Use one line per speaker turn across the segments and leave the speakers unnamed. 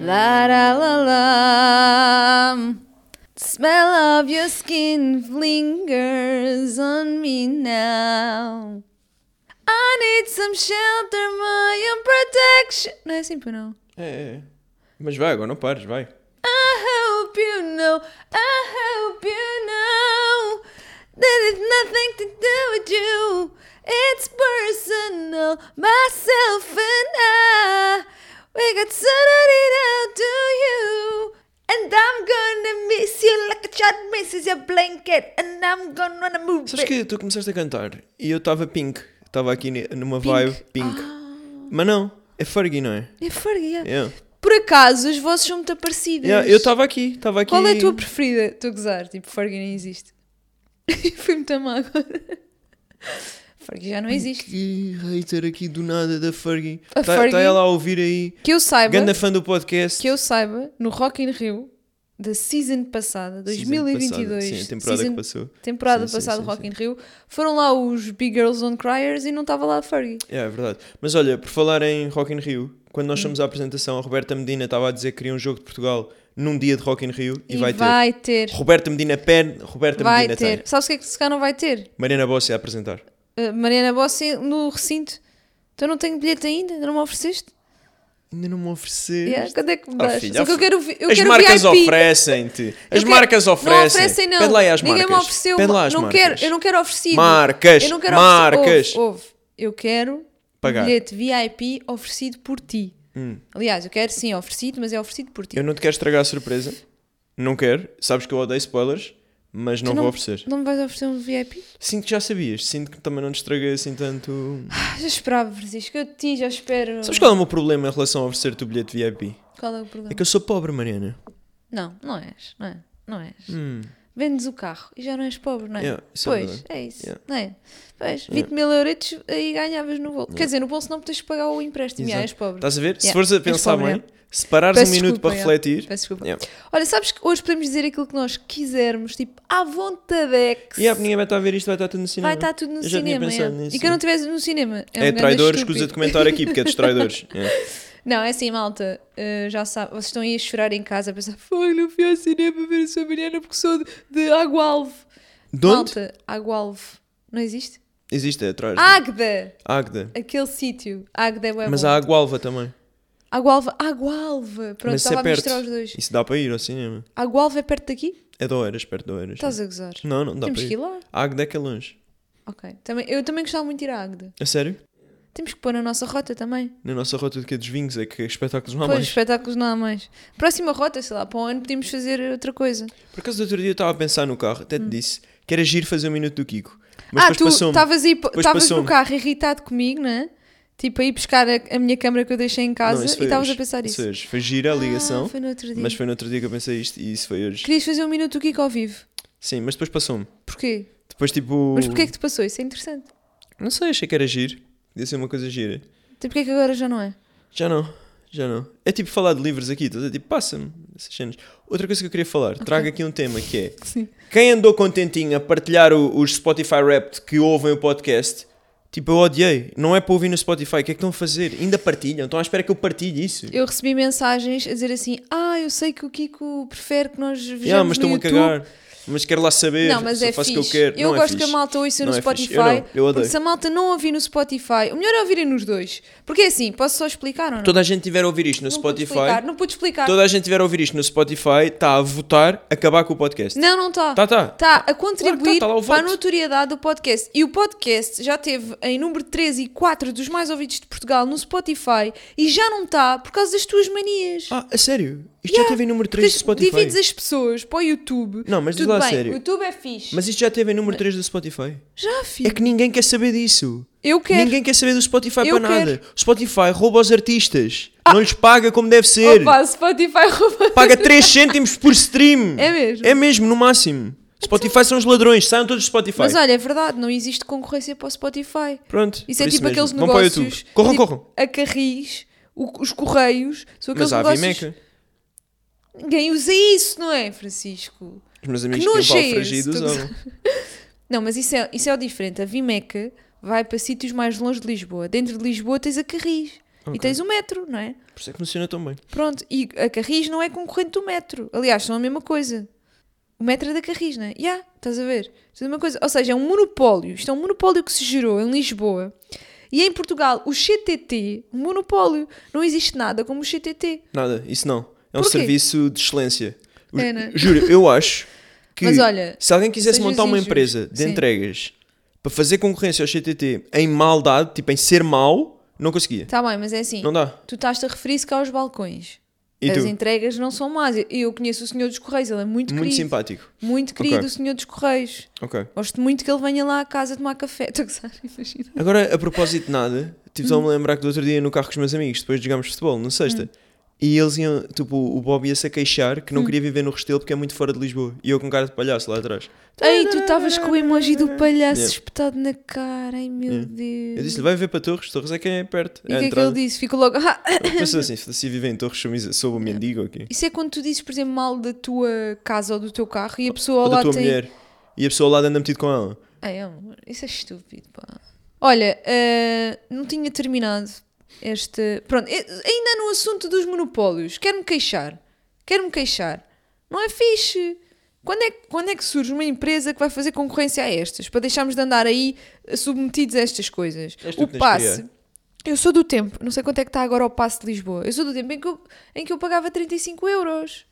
La la la la. Smell of your skin lingers on me now. I need some shelter, my own protection. Não é assim, pô, não.
É, é. Mas vai, agora não pares, vai.
I hope you know, I hope you know that it's nothing to do with you. It's personal, myself and I. We got somebody out to you. And I'm gonna miss you like a child misses your blanket. And I'm gonna wanna move
Sabes
it.
que tu começaste a cantar e eu estava pink. Estava aqui ne- numa
Pink. Ah.
vibe é pink. Mas não, é Fergie, não é?
É Fergie, yeah.
Yeah.
Por acaso, os vossos são muito parecidos.
Yeah, eu estava aqui, estava aqui.
Qual é a tua preferida? Estou a gozar, tipo, Fergie nem existe. Fui muito má agora. Fergie já não existe.
Que hater aqui do nada da Fergie.
A
Está
Fergie-
ela a ouvir aí.
Que eu saiba,
Ganda fã do podcast.
que eu saiba, no Rock in Rio, da season passada,
Season
2022,
passada, Sim, a temporada
season-
que passou.
temporada
Sim, sim,
passada
sim,
do Rock in Rio, foram lá os Big Girls on Criers e não estava lá a Fergie.
É, é verdade. Mas olha, por falar em Rock in Rio, quando
Hum.
nós fomos à apresentação, a Roberta Medina estava a dizer que queria um jogo de Portugal num dia de Rock in Rio e, vai,
ter.
ter. Roberta Medina perde, Roberta
Vai
Medina
ter.
tem.
Sabes o que é que se calhar não vai ter?
Mariana Bossi a apresentar.
Uh, Mariana Bossi no recinto. Então não tenho bilhete ainda, ainda não me ofereceste?
Ainda não me ofereceu.
Yeah, quando é que me
Ah,
das?
filha,
Só que eu
ah,
quero, vi- eu
As
quero
marcas
VIP.
oferecem-te.
Eu
As
quero-
marcas oferecem.
Não oferecem, não.
Pede lá aí às
Ninguém
marcas.
me ofereceu.
Pede lá às
não
marcas.
Quero, eu não quero oferecido.
Marcas,
Eu não quero
marcas.
Oferecido. Ouve, ouve. Eu quero
Pagar.
um bilhete VIP oferecido por ti.
Hum.
Aliás, eu quero sim oferecido, mas é oferecido por ti.
Eu não te quero estragar a surpresa. Não quero. Sabes que eu odeio spoilers, mas não,
Tu
vou oferecer.
Não me vais oferecer um VIP?
Sinto que já sabias. Sinto que também não te estraguei assim tanto.
Ah, já esperava, Francisco. Eu de ti já espero.
Sabes qual é o meu problema em relação a oferecer-te o bilhete VIP?
Qual é o problema?
É que eu sou pobre, Mariana.
Não, não és. Não é. Não és.
Hum.
Vendes o carro e já não és pobre, não é?
Yeah, isso é
pois,
verdade.
é, isso.
Yeah.
Não é? Pois, 20 mil euros aí ganhavas no bolso. Quer dizer, no bolso não podes pagar o empréstimo. Yeah,
Exato.
és pobre. é?
Estás a ver? Se
Yeah.
fores a
És
pensar
pobre,
bem, se parares um minuto para
é.
refletir.
Peço desculpa.
Yeah.
Olha, sabes que hoje podemos dizer aquilo que nós quisermos, tipo, à vontadex.
E é a ninguém vai estar a ver isto, vai estar tudo no cinema.
Vai estar tudo no
é? Eu já tinha
cinema.
pensado
é.
nisso. né?
E que eu não estivesse no cinema. É, um
É
grande
traidor,
estúpido.
escusa de comentar aqui, porque é dos traidores. É.
Não, é assim, malta, uh, já sabe, vocês estão aí a chorar em casa a pensar, foi, não fui ao cinema ver a sua Mariana porque sou de, de Agualve.
De onde?
Malta, Agualve. Não existe?
Existe, é atrás.
Águeda!
Águeda.
Aquele sítio. Águeda Ah, é bué bom.
Mas há a Agualva também.
Agualve, Agualve. Pronto,
Mas isso
estava
é
a
perto.
misturar os dois.
Isso dá para ir ao cinema.
Agualve é perto daqui?
É de Oeiras, perto de Oeiras.
Estás a gozar.
Não, não dá
Temos
para
que ir
ir.
lá.
Águeda é que é longe.
Ok. Também, eu também gostava muito de ir à Águeda.
A sério?
Temos que pôr na nossa rota também.
Na nossa rota de que é dos vinhos é que espetáculos não há
Pois,
mais.
espetáculos não há mais. Próxima rota, sei lá, para o ano podíamos fazer outra coisa.
Por acaso, do outro dia eu estava a pensar no carro, até te disse que era giro fazer um minuto do Kiko.
Hum. ah, tu
passou-me.
estavas aí- estavas no
passou-me.
carro irritado comigo, não é? Tipo, aí buscar a, a minha câmera que eu deixei em
Não,
casa
isso
e
foi
estavas
hoje.
a pensar isso.
Ou seja, foi gira a ligação,
Ah, foi no outro dia.
mas foi no outro dia que eu pensei isto e isso foi hoje.
Querias fazer um minuto do Kiko ao vivo.
Sim, mas depois passou-me.
Porquê?
Depois, tipo.
Mas porquê é que te passou? Isso é interessante.
Não sei, achei que era giro. Podia ser uma coisa gira.
Então porquê é que agora já não é?
Já não, já não. É tipo falar de livros aqui, estás a dizer, tipo, passa-me essas cenas. Outra coisa que eu queria falar, trago aqui um tema que é
Sim.
quem andou contentinho a partilhar o- os Spotify Wrapped que ouvem o podcast, tipo, eu odiei. Não é para ouvir no Spotify, o que é que estão a fazer? Ainda partilham, estão à espera que eu partilhe isso.
Eu recebi mensagens a dizer assim: Ah, eu sei que o Kiko prefere que nós vejamos
Yeah, mas
no
estão a
YouTube.
cagar, mas quero lá saber,
Não, mas
só
é
faço
fixe.
o que eu quero. não
gosto
é
que a
fixe.
malta ouça
Não
no
é fixe.
Spotify.
Eu não, eu odeio.
porque se a malta não ouvir no Spotify, o melhor é ouvirem nos dois. Porque é assim, posso só explicar ou não?
Toda a gente tiver a ouvir isto no
não pude explicar,
Spotify,
não pude explicar.
toda a gente tiver a ouvir isto no Spotify, está a votar, acabar com o podcast.
Não, não está.
Tá, tá.
Está a contribuir
tá lá o voto.
para a notoriedade do podcast. E o podcast já teve em número 3 e 4 dos mais ouvidos de Portugal no Spotify e já não está por causa das tuas manias.
Ah, a sério? Isto já teve em número 3
Porque
do Spotify.
divides as pessoas para o YouTube.
Não, mas diz
Tudo
lá a
bem,
sério.
o YouTube é fixe.
Mas isto já teve em número 3 do Spotify.
Já,
É
filho.
que ninguém quer saber disso.
Eu quero.
Ninguém quer saber do Spotify
Eu Ah.
para nada. O Spotify rouba aos artistas. Não lhes paga como deve ser.
Opa, Spotify roubou.
Paga 3 cêntimos por stream.
É mesmo? Então-
É mesmo, no máximo. Spotify são os ladrões, saiam todos do Spotify.
Mas olha, é verdade, não existe concorrência para o Spotify.
Pronto.
Isso é
por
tipo
mesmo.
aqueles
Vão para o
negócios.
YouTube. Corram,
tipo,
corram.
A Carris, o- os Correios, são aqueles
Mas há a
negócios.
Vimeca.
Ninguém usa isso, não é, Francisco?
Os meus amigos um
Que
que
nojo
iam
é
para o Fragido
esse?
usavam.
Não, mas isso é, isso é o diferente. A Vimeca vai para sítios mais longe de Lisboa. Dentro de Lisboa tens a Carris.
Ok.
E tens o metro, não é?
Por isso é que funciona tão bem.
Pronto, e a Carris não é concorrente do metro. Aliás, são a mesma coisa. O metro é da Carris, não é? Ya, estás a ver? Isto é a mesma coisa. Ou seja, é um monopólio. Isto é um monopólio que se gerou em Lisboa. E em Portugal, o CTT, um monopólio. Não existe nada como o CTT.
Nada, isso não. É um
Porquê?
serviço de excelência.
É, né?
Juro, eu acho que
Mas olha,
se alguém quisesse
sejam
montar uma
injustos,
empresa de
sim.
entregas para fazer concorrência ao CTT em maldade, tipo em ser mau, não conseguia.
Tá bem, mas é assim.
Não dá.
Tu estás-te a referir-se cá aos balcões.
E
As
tu?
entregas não são más. E Eu conheço o senhor dos Correios, ele é muito,
Muito
querido.
simpático.
Muito querido
Ok.
o senhor dos Correios.
Ok.
Gosto muito que ele venha lá à casa tomar café. Estou a gozar, imagina.
Agora, a propósito de nada, tive
Hum.
só a me lembrar que do outro dia no carro com os meus amigos, depois de jogarmos futebol, na sexta,
Hum.
e eles iam, tipo, o Bob ia-se a queixar que não queria viver no Restelo porque é muito fora de Lisboa. E eu com cara de palhaço lá atrás.
Ei, tu estavas com o emoji do palhaço
Yeah.
espetado na cara. Ai meu
Yeah.
Deus.
Eu disse-lhe, vai ver para Torres, Torres é quem é perto.
e
é
o que é
a
que
entrada.
ele disse? Ficou logo. "Ah,
Pensou assim, se vivem em Torres, sou- sou o mendigo aqui.
Isso é quando tu dizes, por exemplo, mal da tua casa ou do teu carro e a pessoa
Ou
ao
da
lado
tua
tem.
mulher. E a pessoa ao lado anda metido com ela.
Ai, amor, isso é estúpido, pá. Olha, eh, não tinha terminado este. Pronto, eh, ainda no assunto dos monopólios, quero-me queixar. Quero-me queixar. Não é fixe. Quando é, que- quando é que surge uma empresa que vai fazer concorrência a estas? Para deixarmos de andar aí eh, submetidos a estas coisas.
És tu
O
que tens de
passe.
criar.
Eu sou do tempo, não sei quanto é que está agora o passe de Lisboa. Eu sou do tempo em que eu, em que eu pagava 35 euros.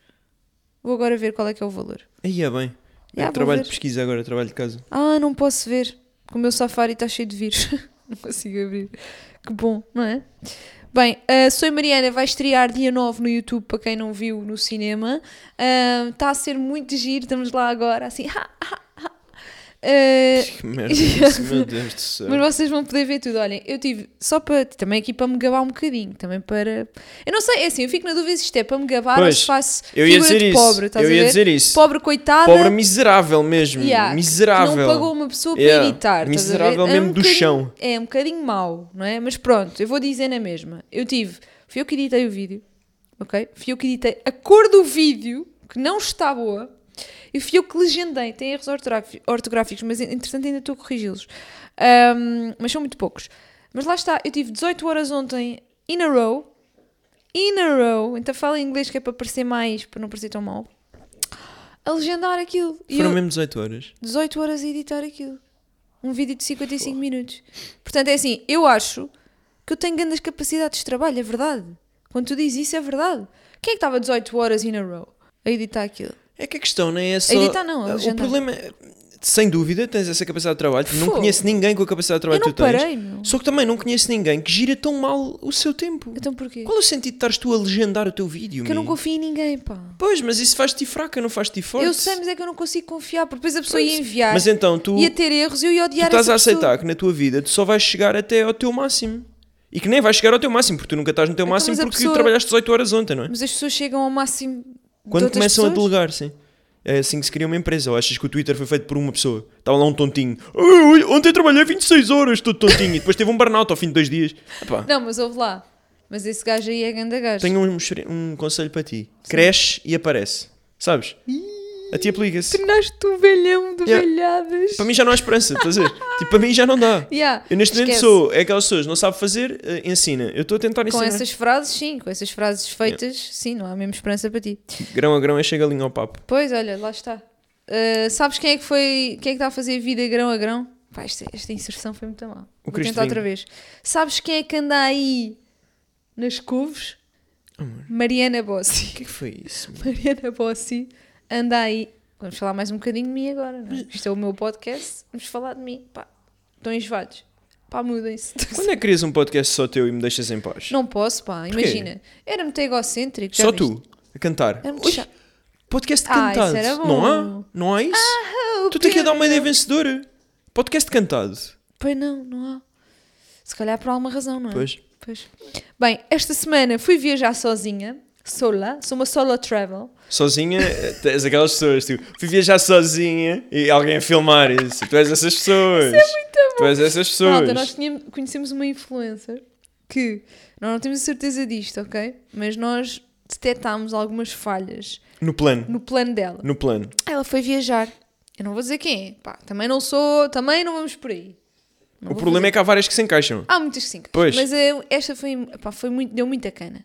Vou agora ver qual é que é o valor.
Aí é bem.
Já,
Eu
vou
trabalho de
ver.
pesquisa agora, trabalho de casa.
Ah, não posso ver. que O meu safari está cheio de vírus. não consigo abrir. Que bom, não é? Bem, a Soy Mariana vai estrear dia 9 no YouTube, para quem não viu no cinema. Ah, Está a ser muito giro, estamos lá agora, assim. ah, ah, ah. Ah,
Que merda, é isso, meu Deus do céu.
mas vocês vão poder ver tudo. Olhem, eu tive só para. Também aqui para me gabar um bocadinho. Também para. Eu não sei, é assim, eu fico na dúvida se isto é para me gabar ou
Pois,
se faço.
eu ia
figura
dizer
de
isso,
Pobre, estás
eu
a
ia
ver?
dizer isso.
Pobre coitada.
Pobre miserável mesmo.
Yeah, que
Miserável.
Não pagou uma pessoa
Yeah,
para editar. estás a ver?
miserável mesmo do
bocadinho-
chão.
É um bocadinho mau, não é? Mas pronto, eu vou dizer na mesma. Eu tive. Fui eu que editei o vídeo, ok? Fui eu que editei a cor do vídeo, que não está boa. E fui eu que legendei. Tem erros ortográfi- ortográficos, mas entretanto ainda estou a corrigi-los. Ahm, mas são muito poucos. Mas lá está, eu tive 18 horas ontem in a row. In a row. Então fala em inglês que é para parecer mais, para não parecer tão mal. A legendar aquilo. E
Foram
eu-
mesmo 18 horas.
18 horas a editar aquilo. Um vídeo de 55 minutos. Portanto, é assim, eu acho que eu tenho grandes capacidades de trabalho, é verdade. Quando tu dizes isso, é verdade. Quem é que estava 18 horas in a row a editar aquilo?
É que a questão não é só...
Editar não,
Ah, O
legendar.
problema é... Sem dúvida, tens essa capacidade de trabalho. Não
Fogo.
conheço ninguém com a capacidade de trabalho
Eu
que tu
não
tens.
parei, meu.
Só que também não conheço ninguém que gira tão mal o seu tempo.
Então porquê?
Qual é o sentido de estares tu a legendar o teu vídeo?
Porque eu não
amigo?
confio em ninguém, pá.
Pois, mas isso faz-te fraca, não faz-te forte.
Eu sei, mas é que eu não consigo confiar, porque depois a pessoa ia enviar,
Mas então tu,
ia
tu
ter erros e eu ia odiar
estás
essa
a
pessoa.
aceitar que na tua vida tu só vais chegar até ao teu máximo. E que nem vais chegar ao teu máximo, porque tu nunca estás no teu
Então,
máximo
mas a
porque
pessoa-
trabalhaste 18 horas ontem, não é?
Mas as pessoas chegam ao máximo de
Quando
outras
começam a
pessoas.
delegar, sim. É assim que se cria uma empresa. Ou achas que o Twitter foi feito por uma pessoa? Estava lá um tontinho. Oi, oi, ontem trabalhei 26 horas, estou tontinho. E depois teve um burnout ao fim de dois dias. Epá,
Não, mas ouve lá. Mas esse gajo aí é ganda gajo.
tenho um, chore- um conselho para ti. Cresce e aparece. Sabes? A ti aplica-se.
Tornaste-te um velhão de
Yeah.
velhadas.
Para mim já não há esperança, estás a ver? Tipo, para mim já não dá.
Yeah,
Eu neste momento
esquece.
sou, é aquelas pessoas, não sabe fazer, eh, ensina. Eu estou a tentar
Com
ensinar.
essas frases, sim, com essas frases feitas, sim, não há mesmo esperança para ti.
Grão a grão enche a galinha ao papo.
Pois, olha, lá está. Uh, sabes quem é que foi, quem é que está a fazer vida grão a grão? Pá, esta, esta inserção foi muito má. Vou
Cristo
tentar outra
Vinho.
vez. Sabes quem é que anda aí nas couves? Mariana
O
Bossi.
que é que foi isso? mano?
Mariana Bossi anda aí. Vamos falar mais um bocadinho de mim agora, não é? Isto é o meu podcast, vamos falar de mim. Pá, estão enjoados. Pá, mudem-se.
Quando é que crias um podcast só teu e me deixas em paz?
Não posso, pá, imagina. Era muito egocêntrico. já
só
viste?
tu, a cantar.
Era muito
Ui,
chato.
podcast
Ah, isso
cantado.
era bom. Ah,
Não há? Não há isso? tu tens que dar uma ideia vencedora. Podcast cantado.
Pois não, não há. Se calhar por alguma razão, não é?
Pois.
Pois. Bem, esta semana fui viajar sozinha, sola, sou uma solo travel.
Sozinha, eh, és aquelas pessoas, tipo, fui viajar sozinha e alguém a filmar isso. Tu és essas pessoas. Tu és essas pessoas.
é Malta, nós tínhamos- conhecemos uma influencer que nós não temos a certeza disto, ok? Mas nós detectámos algumas falhas
No plano.
no plano dela.
No plano.
Ela foi viajar. Eu não vou dizer quem é. Pá, também não sou. Também não vamos por aí. Não
o
vou
problema
fazer.
é que há várias que se encaixam.
Há muitas que sim.
Pois.
Mas eh, esta foi, pá, foi muito, deu muita cana.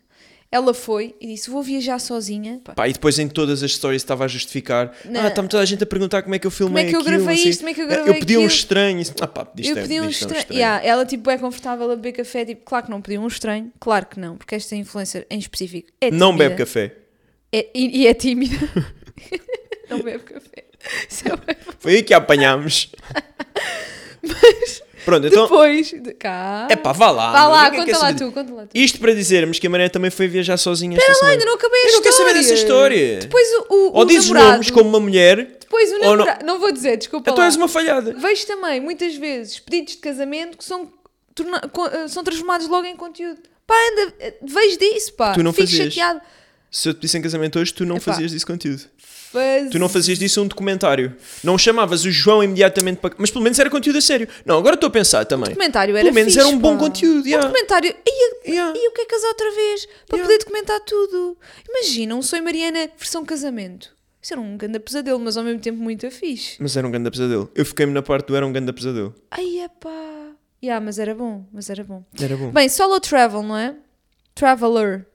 Ela foi e disse: Vou viajar sozinha. Pá,
Pá, e depois em todas as histórias estava a justificar.
Na-
Ah, está-me toda a gente a perguntar como é que eu filmei
Como é que eu
aquilo,
gravei
assim.
isto? Como é que eu
Ah,
gravei
Eu pedi um
aquilo?
estranho. Isso- Ah pá, isto
eu
é-
pedi um
isto é
estranho. Yeah, ela tipo é confortável a beber café. Tipo, claro que não pediu um estranho. Claro que não, porque esta influencer em específico é
Não
tímida.
bebe café.
É- e, e é tímida. não bebe café. Isso é bem-
Foi aí que a apanhámos. Pronto, então.
Depois. De... Cá.
É pá, vá lá.
Vá
meu,
lá,
ninguém quer
conta lá
saber de-
tu, conta lá tu.
Isto para dizermos que a Mariana também foi viajar sozinha esta
Espera lá,
semana.
ainda não acabei a
Eu não quero saber
história.
dessa história.
Depois o, o,
Ou
o
dizes
namorado.
nomes como uma mulher,
Depois o
ou não-
namorado. Não... vou dizer, desculpa.
então
lá.
és uma falhada.
Vejo também, muitas vezes, pedidos de casamento que são, torna- co- eh, são transformados logo em conteúdo. Pá, anda, eh, vejo disso, pá.
Tu não
Fico
fazias.
chateado.
Se eu te pedisse em casamento hoje, tu não
Epá.
fazias disso conteúdo.
Faz...
Tu não fazias disso um documentário. Não chamavas o João imediatamente para. Mas pelo menos era conteúdo a sério. Não, agora estou a pensar também.
O documentário era
Pelo menos
fixe,
era um bom
pá.
conteúdo.
O
yeah.
documentário. E,
Yeah.
e o que é casar outra vez? Para
Yeah.
poder documentar tudo. Imagina um Sonho Mariana versão casamento. Isso era um grande pesadelo, mas ao mesmo tempo muito fixe.
Mas era um grande pesadelo. Eu fiquei-me na parte do era um grande pesadelo.
Ai, pá. Yeah, mas era bom, mas era bom.
Era bom.
Bem, solo travel, não é? Traveler.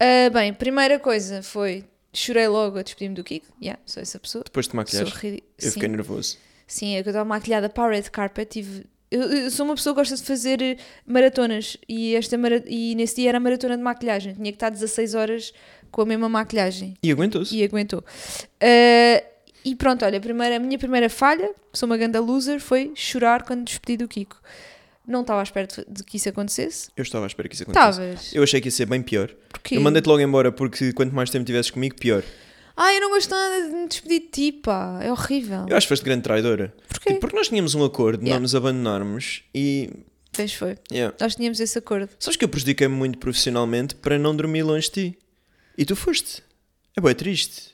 Ah, bem, primeira coisa foi. Chorei logo a despedir-me do Kiko. Yeah, sou essa pessoa.
Depois de te
Sou
maquilhares,
ri-
eu
Sim,
fiquei nervoso.
sim, é que eu estava maquilhada para a red carpet. Tive... Eu, eu sou uma pessoa que gosta de fazer eh, maratonas e, esta mara... e nesse dia era a maratona de maquilhagem. Tinha que estar 16 horas com a mesma maquilhagem
E aguentou-se.
e aguentou. Ah, e pronto, olha, a, primeira, a minha primeira falha, sou uma ganda loser, foi chorar quando despedi do Kiko. Não estava à espera de, de que isso acontecesse.
Eu estava à espera que isso acontecesse.
Estavas.
Eu achei que ia ser bem pior.
Porquê?
Eu mandei-te logo embora porque quanto mais tempo tivesses comigo, pior.
Ai, eu não gosto nada de me despedir de ti, pá. É horrível.
Eu acho que foste grande traidora.
Porquê?
Tipo, porque nós tínhamos um acordo de
Yeah.
não nos abandonarmos e.
Pois foi.
Yeah.
Nós tínhamos esse acordo.
Sabes que eu prejudiquei-me muito profissionalmente para não dormir longe de ti. E tu foste. É boa, é triste.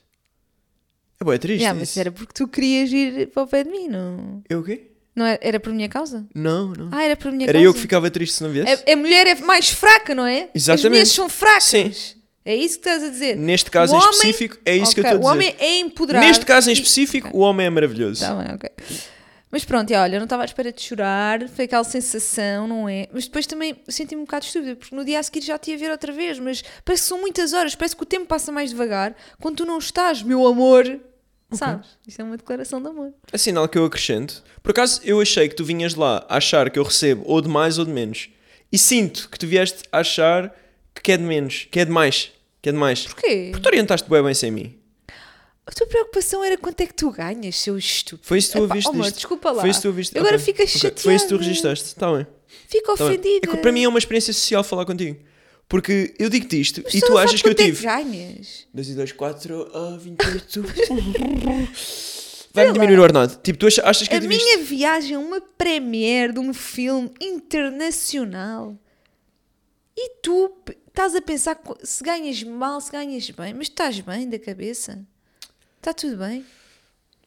É boa, é triste.
Yeah, mas
isso.
era porque tu querias ir para o pé de mim, não?
Eu o quê?
não é? era, era por minha causa?
Não, não.
Ah, era por minha
Hum. Era
causa.
eu que ficava triste se não viesse.
A, a mulher é mais fraca, não é? As
Exatamente.
mulheres são fracas.
Sim.
É isso que estás a dizer.
Neste caso
O
em
homem-
específico, é isso que eu
Ok,
estou a dizer.
O homem é empoderado.
Neste caso em
e-
específico, o homem é maravilhoso.
Tá bem, ok. Mas pronto, e olha, eu não estava à espera de chorar, foi aquela sensação, não é? Mas depois também senti-me um bocado estúpida, porque no dia a seguir já te ia ver outra vez, mas parece que são muitas horas, parece que o tempo passa mais devagar quando tu não estás, meu amor. Sabes? Isto é uma declaração de amor.
É sinal que eu acrescento. Por acaso, eu achei que tu vinhas lá achar que eu recebo ou de mais ou de menos. E sinto que tu vieste achar que é de menos, que é de mais, que é de mais. Porque
Porquê?
tu orientaste bem bem sem mim.
A tua preocupação era quanto é que tu ganhas, seu estúpido.
Foi isso que tu
Epá,
ouviste
amor,
disto.
desculpa lá.
Foi isso que tu ouviste.
Eu Agora
Ok,
fica
ok.
chateada.
Foi isso que tu registaste. Está bem.
Fico
tá bem.
ofendida.
É que para mim é uma experiência social falar contigo. Porque eu digo-te isto
Mas
e
não
tu
sabes
achas que eu
quanto é
tive.
ganhas.
2 e ah, 2, 4, 28. Vai-me diminuir o ordenado. Tipo, tu achas, achas que
A
eu tive isto?
minha viagem é uma premiere de um filme internacional. E tu p- estás a pensar co- se ganhas mal, se ganhas bem, mas estás bem da cabeça? Está tudo bem?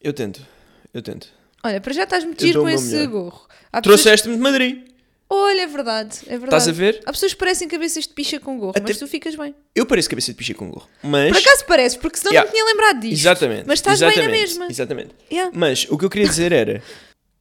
Eu tento. Eu tento.
Olha, para já estás muito
Eu
giro
dou
com
o meu
esse
melhor.
gorro. Há pessoas...
Trouxeste-me de Madrid.
Olha, é verdade, é verdade.
Estás a ver?
Há pessoas que parecem cabeças de picha com gorro,
Até-
mas tu ficas bem.
Eu pareço cabeça de pichi com gorro. Mas.
Por acaso pareces, porque senão
Yeah.
não tinha lembrado disto.
Exatamente.
Mas estás bem na
exatamente,
mesma.
Exatamente.
Yeah.
Mas o que eu queria dizer era.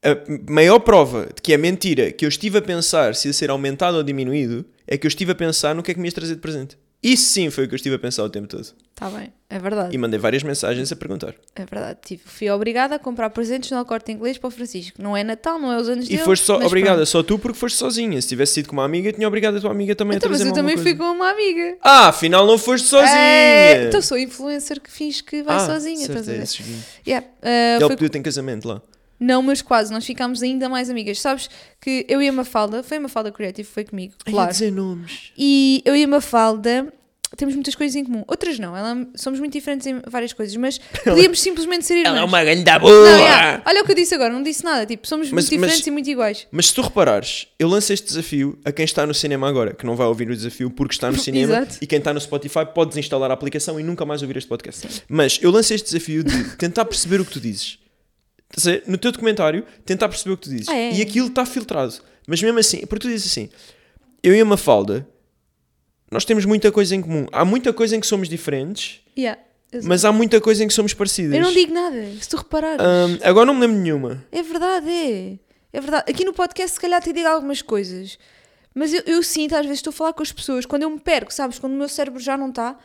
A maior prova de que é mentira que eu estive a pensar se ia ser aumentado ou diminuído é que eu estive a pensar no que é que me ias trazer de presente. Isso sim foi o que eu estive a pensar o tempo todo.
Está bem, é verdade.
E mandei várias mensagens a perguntar.
É verdade, tive, fui obrigada a comprar presentes no Alcorte Inglês para o Francisco. Não é Natal, não é os anos
E
dele.
foste só,
mas
obrigada,
pronto.
só tu porque foste sozinha. Se tivesse sido com uma amiga, tinha obrigado a tua amiga também
Então,
a
mas
trazer
eu também fui com uma amiga.
Ah, afinal não foste sozinha!
É, então sou influencer que finge que vai
Ah,
sozinha.
certo,
Estás a
é
ver?
esse joguinho.
Yeah, ah,
Ele
foi-
pediu-te em casamento lá.
Não, mas quase, nós ficámos ainda mais amigas. Sabes que eu e a Mafalda, foi a Mafalda Creative, foi comigo,
Ia
claro.
dizer nomes.
E eu e a Mafalda temos muitas coisas em comum. Outras não, ela- somos muito diferentes em várias coisas, mas podíamos simplesmente ser irmãs.
Ela é uma grande
Não, é.
boa!
yeah, Olha o que eu disse agora, não disse nada. Tipo, somos
Mas-
muito diferentes
mas-
e muito iguais.
Mas se tu reparares, eu lancei este desafio a quem está no cinema agora, que não vai ouvir o desafio porque está no cinema
Exato.
e quem está no Spotify pode desinstalar a aplicação e nunca mais ouvir este podcast. Mas eu lancei este desafio de tentar perceber o que tu dizes. Quer dizer, No teu documentário, tentar perceber o que tu dizes.
Ah, é?
E aquilo está filtrado. Mas mesmo assim, porque tu dizes assim, eu e a Mafalda, nós temos muita coisa em comum. Há muita coisa em que somos diferentes,
Yeah, eu sei.
mas há muita coisa em que somos parecidas.
eu não digo nada, se tu reparares.
Ahm, agora não me lembro de nenhuma.
É verdade, é. É verdade. Aqui no podcast, se calhar, te digo algumas coisas. Mas eu, eu sinto, às vezes, estou a falar com as pessoas, quando eu me perco, sabes? Quando o meu cérebro já não está,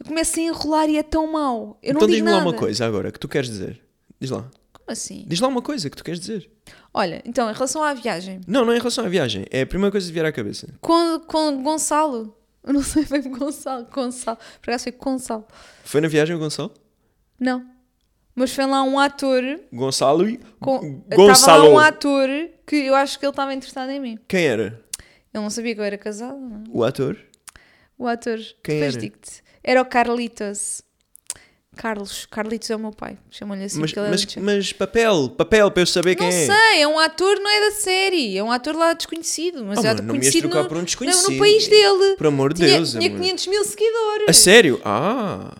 eu começo a enrolar e é tão mau. Eu não
então
digo
diz-me lá
nada.
uma coisa agora que tu queres dizer. Diz lá.
Como assim?
Diz lá uma coisa que tu queres dizer.
Olha, então, em relação à viagem,
Não, não é em relação à viagem. É a primeira coisa que vier à cabeça.
com, com Gonçalo. Eu não sei, foi Gonçalo. Gonçalo. Por acaso foi Gonçalo.
Foi na viagem o Gonçalo?
Não. Mas foi lá um ator.
Gonçalo e.
Com, Estava lá
Gonçalo!
um ator que eu acho que ele estava interessado em mim.
Quem era?
Ele não sabia que eu era casada, não é?
O ator?
O ator.
Quem
depois
era?
digo-te. Era o Carlitos. Carlos. Carlitos é o meu pai. Chamam-lhe assim.
Mas,
porque ele é
mas,
de-
mas papel, papel para eu saber
não
quem é.
sei, é um ator, não é da série. É um ator lá desconhecido. Mas
Oh,
é
mano, não me ias
conhecido
trocar
no,
por um
não, no
desconhecido.
país dele.
Por amor de
tinha,
Deus,
Tinha
amor.
500 mil
A
seguidores.
sério? Ah!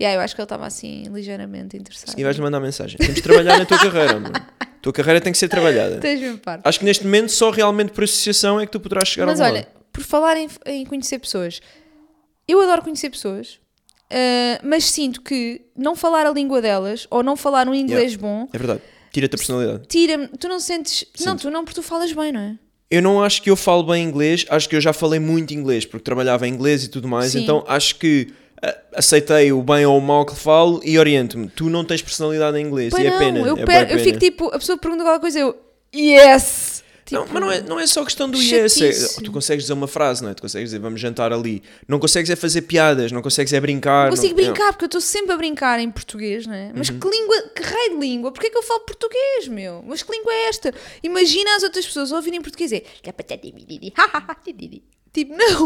E aí eu acho que ele estava assim, ligeiramente interessado.
E vais-lhe mandar mensagem. Temos de trabalhar na tua carreira, mano. A tua carreira tem que ser trabalhada.
Tens mesmo parte.
Acho que neste momento só realmente por associação é que tu poderás chegar
Mas
a um
olha, por falar em, em conhecer pessoas, eu adoro conhecer pessoas, ah, mas sinto que não falar a língua delas ou não falar um inglês bom
É verdade. Tira-te a personalidade.
tira-me. Tu não sentes. Não, tu não, porque tu falas bem, não é?
Eu não acho que eu falo bem inglês, acho que eu já falei muito inglês, porque trabalhava em inglês e tudo mais,
Sim.
então acho que ah, aceitei o bem ou o mal que falo e oriento-me. Tu não tens personalidade em inglês
Pois
e
não,
é pena.
eu,
é bué
per- eu
pena.
fico tipo. A pessoa pergunta qualquer coisa, eu. Yes!
Não,
Tipo,
mas não é, não é só questão do
que
yes. é-
chatice.
tu consegues dizer uma frase, não é? Tu consegues dizer vamos jantar ali. Não consegues é fazer piadas, não consegues é brincar.
não consigo
não- Uhum.
brincar, porque eu estou sempre a brincar em português, não é? Mas que língua, que raio de língua? Porquê é que eu falo português, meu? Mas que língua é esta? Imagina as outras pessoas ouvirem português e. é- Tipo, não!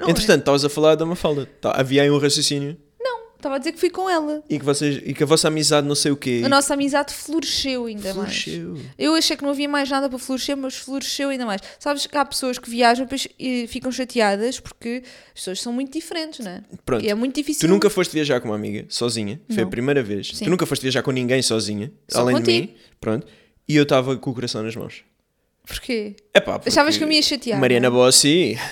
não é.
Entretanto, estavas a falar da Mafalda. Tá, havia aí um raciocínio
Não, estava a dizer que fui com ela.
e que, vocês, e que a vossa amizade não sei o quê.
A nossa amizade floresceu ainda
Floresceu.
mais. Eu achei que não havia mais nada para florescer, mas floresceu ainda mais. Sabes que há pessoas que viajam e depois eh, ficam chateadas porque as pessoas são muito diferentes, não é?
Pronto.
E é muito difícil.
Tu nunca foste viajar com uma amiga, sozinha, foi a
Não.
primeira vez.
Sim.
Tu nunca foste viajar com ninguém sozinha,
Só
além de
contigo.
mim. Pronto. E eu estava com o coração nas mãos.
Porquê?
Epá, porque
Achavas que eu me ia chatear, é?
Mariana Bossi.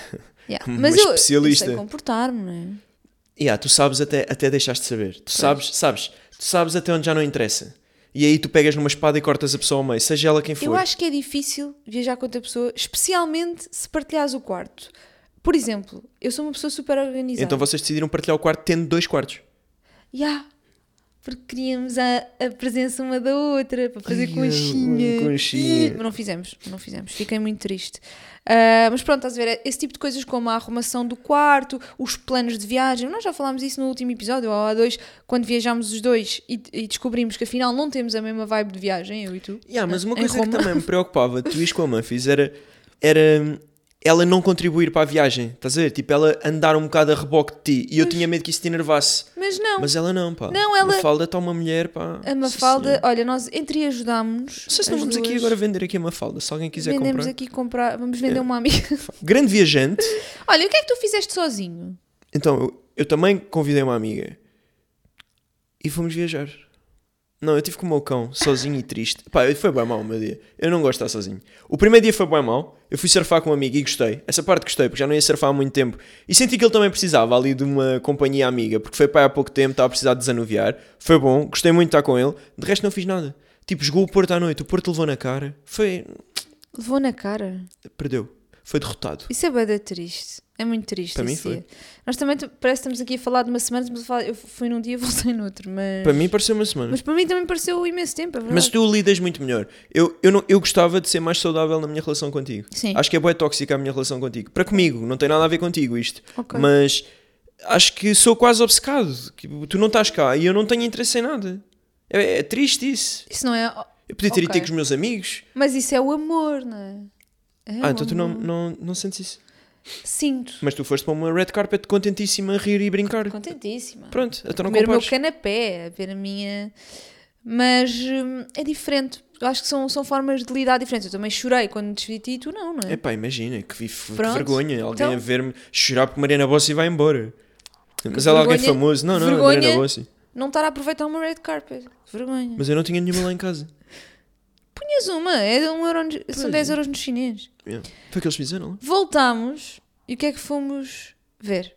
Yeah.
Uma
Mas eu,
especialista.
eu sei comportar-me, não é?
Yeah, tu sabes até, até deixaste de saber. Tu sabes, sabes, tu sabes até onde já não interessa. E aí tu pegas numa espada e cortas a pessoa ao meio, seja ela quem for.
Eu acho que é difícil viajar com outra pessoa, especialmente se partilhares o quarto. Por exemplo, eu sou uma pessoa super organizada.
Então vocês decidiram partilhar o quarto tendo dois quartos.
Ya. Porque queríamos a, a presença uma da outra para fazer
Ai,
conchinha.
ai, conchinha.
Ih, Mas não fizemos, não fizemos. Fiquei muito triste. Ah, mas pronto, estás a ver? Esse tipo de coisas como a arrumação do quarto, os planos de viagem. Nós já falámos isso no último episódio, ou há dois, quando viajámos os dois e, e descobrimos que afinal não temos a mesma vibe de viagem, eu e tu.
Yeah, mas uma
Em
coisa é que
Roma.
também me preocupava, tu ires com a Manfis, era, era ela não contribuir para a viagem, estás a ver? Tipo, ela andar um bocado a reboque de ti e eu tinha medo que isso te enervasse.
Mas não,
Mas ela não, pá.
Não, ela-
Mafalda está uma mulher, pá.
a
Sim,
Mafalda,
senhora.
olha, nós entre ajudámos.
Não sei se não vamos aqui agora vender aqui a Mafalda, se alguém quiser
Vendemos
comprar. É.
aqui comprar, vamos vender uma amiga.
Grande viajante.
olha, o que é que tu fizeste sozinho?
Então, eu, eu também convidei uma amiga e fomos viajar. Não, eu tive com o meu cão, sozinho e triste. Pá, foi bem mal o meu dia. Eu não gosto de estar sozinho. O primeiro dia foi bem mal. Eu fui surfar com um amigo e gostei. Essa parte gostei, porque já não ia surfar há muito tempo. E senti que ele também precisava ali de uma companhia amiga, porque foi pai há pouco tempo, estava a precisar de desanuviar. Foi bom, gostei muito de estar com ele. De resto, não fiz nada. Tipo, jogou o Porto à noite, o Porto levou na cara. Foi.
Levou na cara.
Perdeu. Foi derrotado.
Isso é bada triste. É muito triste.
Para mim
esse
foi.
dia. Nós também t- parece que estamos aqui a falar de uma semana, estamos a falar- eu fui num dia e voltei no outro, mas.
Para mim, pareceu uma semana.
Mas para mim também pareceu imenso tempo, é verdade.
Mas tu lidas muito melhor. Eu, eu, não, eu gostava de ser mais saudável na minha relação contigo.
Sim.
Acho que é boa tóxica a minha relação contigo. Para comigo, não tem nada a ver contigo isto.
Ok.
Mas acho que sou quase obcecado. Que tu não estás cá e eu não tenho interesse em nada. É, é triste isso.
Isso não é.
Eu podia ter ido
Ok.
ter com os meus amigos.
Mas isso é o amor, não é? É
ah,
o
então tu não,
amor.
não, não sentes isso.
Sinto.
Mas tu foste para uma red carpet contentíssima a rir e brincar.
Contentíssima.
Pronto, então não
comer o meu
compares.
canapé, a ver a minha. Mas hum, é diferente. Eu acho que são, são formas de lidar diferentes. Eu também chorei quando me despedi de ti e tu não, não é?
Epá, imagina, que, vi- que
Pronto.
vergonha. Alguém
Então-
a ver-me chorar por Mariana Bossi e vai embora. Mas ela é alguém
vergonha-
famoso. Não, não, é
vergonha-
Mariana Bossi.
Não estar a aproveitar uma red carpet. Vergonha.
Mas eu não tinha nenhuma lá em casa.
Punhas uma, é de um euro no- são
Pois
10
é.
euros no chinês.
Yeah. Foi o que eles fizeram lá.
Voltámos e o que é que fomos ver?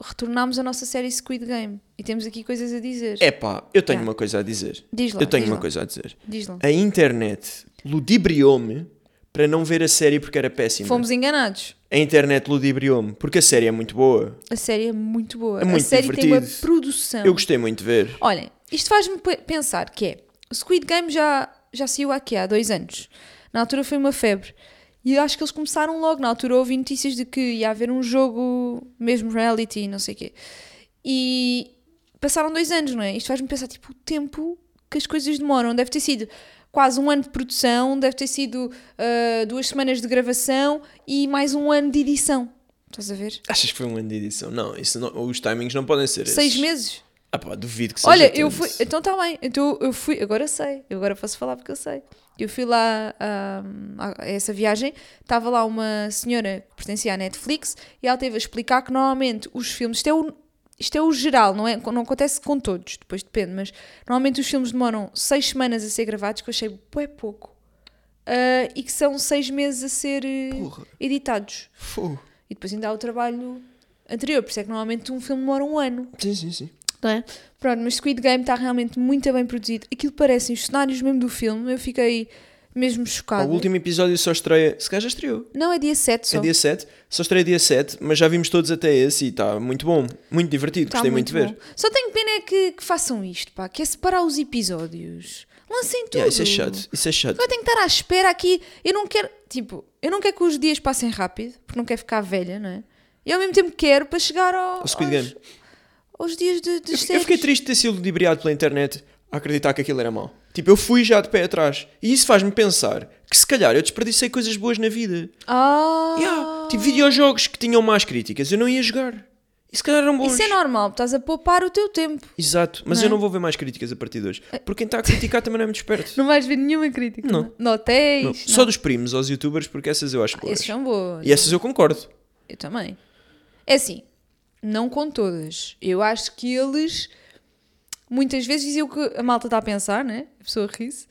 Retornámos à nossa série Squid Game. E E temos aqui coisas a dizer.
É pá, eu tenho
Já.
uma coisa a dizer.
Diz lá,
eu tenho
diz
uma
lá.
coisa a dizer.
Diz lá.
A internet ludibriou-me para não ver a série porque era péssima.
Fomos enganados.
A internet ludibriou-me porque a série é muito boa.
A série é muito boa.
É muito
a série tem uma
divertido.
produção.
Eu gostei muito de ver.
Olhem, isto faz-me pe- pensar que é. O Squid Game já, já saiu aqui há dois anos. Na altura foi uma febre. E eu acho que eles começaram logo. Na altura houve notícias de que ia haver um jogo, mesmo reality, não sei o quê. E passaram dois anos, não é? Isto faz-me pensar, tipo, o tempo que as coisas demoram. Deve ter sido quase um ano de produção, deve ter sido ah, duas semanas de gravação e mais um ano de edição. Estás a ver?
Achas que foi um ano de edição? Não, isso não- os timings não podem ser
Seis
esses.
meses?
Ah pá, duvido que seja
Olha, eu
tanto.
fui. Então tá bem. Então eu fui. Agora sei. Eu agora posso falar porque eu sei. Eu fui lá ahm, a, a essa viagem. Estava lá uma senhora que pertencia à Netflix e ela teve a explicar que normalmente os filmes. Isto é o, isto é o geral, não é? Não acontece com todos, depois depende, mas normalmente os filmes demoram seis semanas a ser gravados, que eu achei bué pouco. Ah, e que são seis meses a ser eh,
Porra.
editados.
Fogo.
E depois ainda há o trabalho anterior, por isso é que normalmente um filme demora um ano.
Sim, sim, sim.
é? Pronto, mas Squid Game está realmente muito bem produzido. Aquilo parecem os cenários mesmo do filme. Eu fiquei mesmo
Pá,
chocada.
o último episódio só estreia. Se calhar já estreou.
Não, é dia 7 só.
É dia 7. Só estreia dia 7, mas já vimos todos até esse e está muito bom. Muito divertido.
Está
Gostei muito de ver.
Tá bom. Só tenho pena é que, que façam isto, pá. Que é separar os episódios. Lancem tudo.
Yeah, isso é chato. Isso é chato.
Eu tenho que estar à espera aqui. Eu não quero... Tipo, eu não quero que os dias passem rápido. Porque não quero ficar velha, não é? E ao mesmo tempo quero para chegar ao,
O Squid
aos,
Game.
aos dias de, de
Eu fiquei
séries.
triste de ter sido ludibriado pela internet a acreditar que aquilo era mau. Tipo, eu fui já de pé atrás. E isso faz-me pensar que se calhar eu desperdicei coisas boas na vida.
Ah!
Yeah, Tipo, videojogos que tinham más críticas, eu não ia jogar. E se calhar eram bons.
Isso é normal. Estás a poupar o teu tempo.
Exato, mas
Não é? Eh,
eu não vou ver mais críticas a partir de hoje. Porque quem está a criticar também não é muito esperto.
Não vais ver nenhuma crítica.
Não.
é? Não hotéis.
Não, Só dos primos aos youtubers, porque essas eu acho boas.
Esses são boas.
E essas eu concordo.
Eu também. É assim, não com todas. Eu acho que eles muitas vezes diziam o que a malta está a pensar, né? A pessoa ri-se.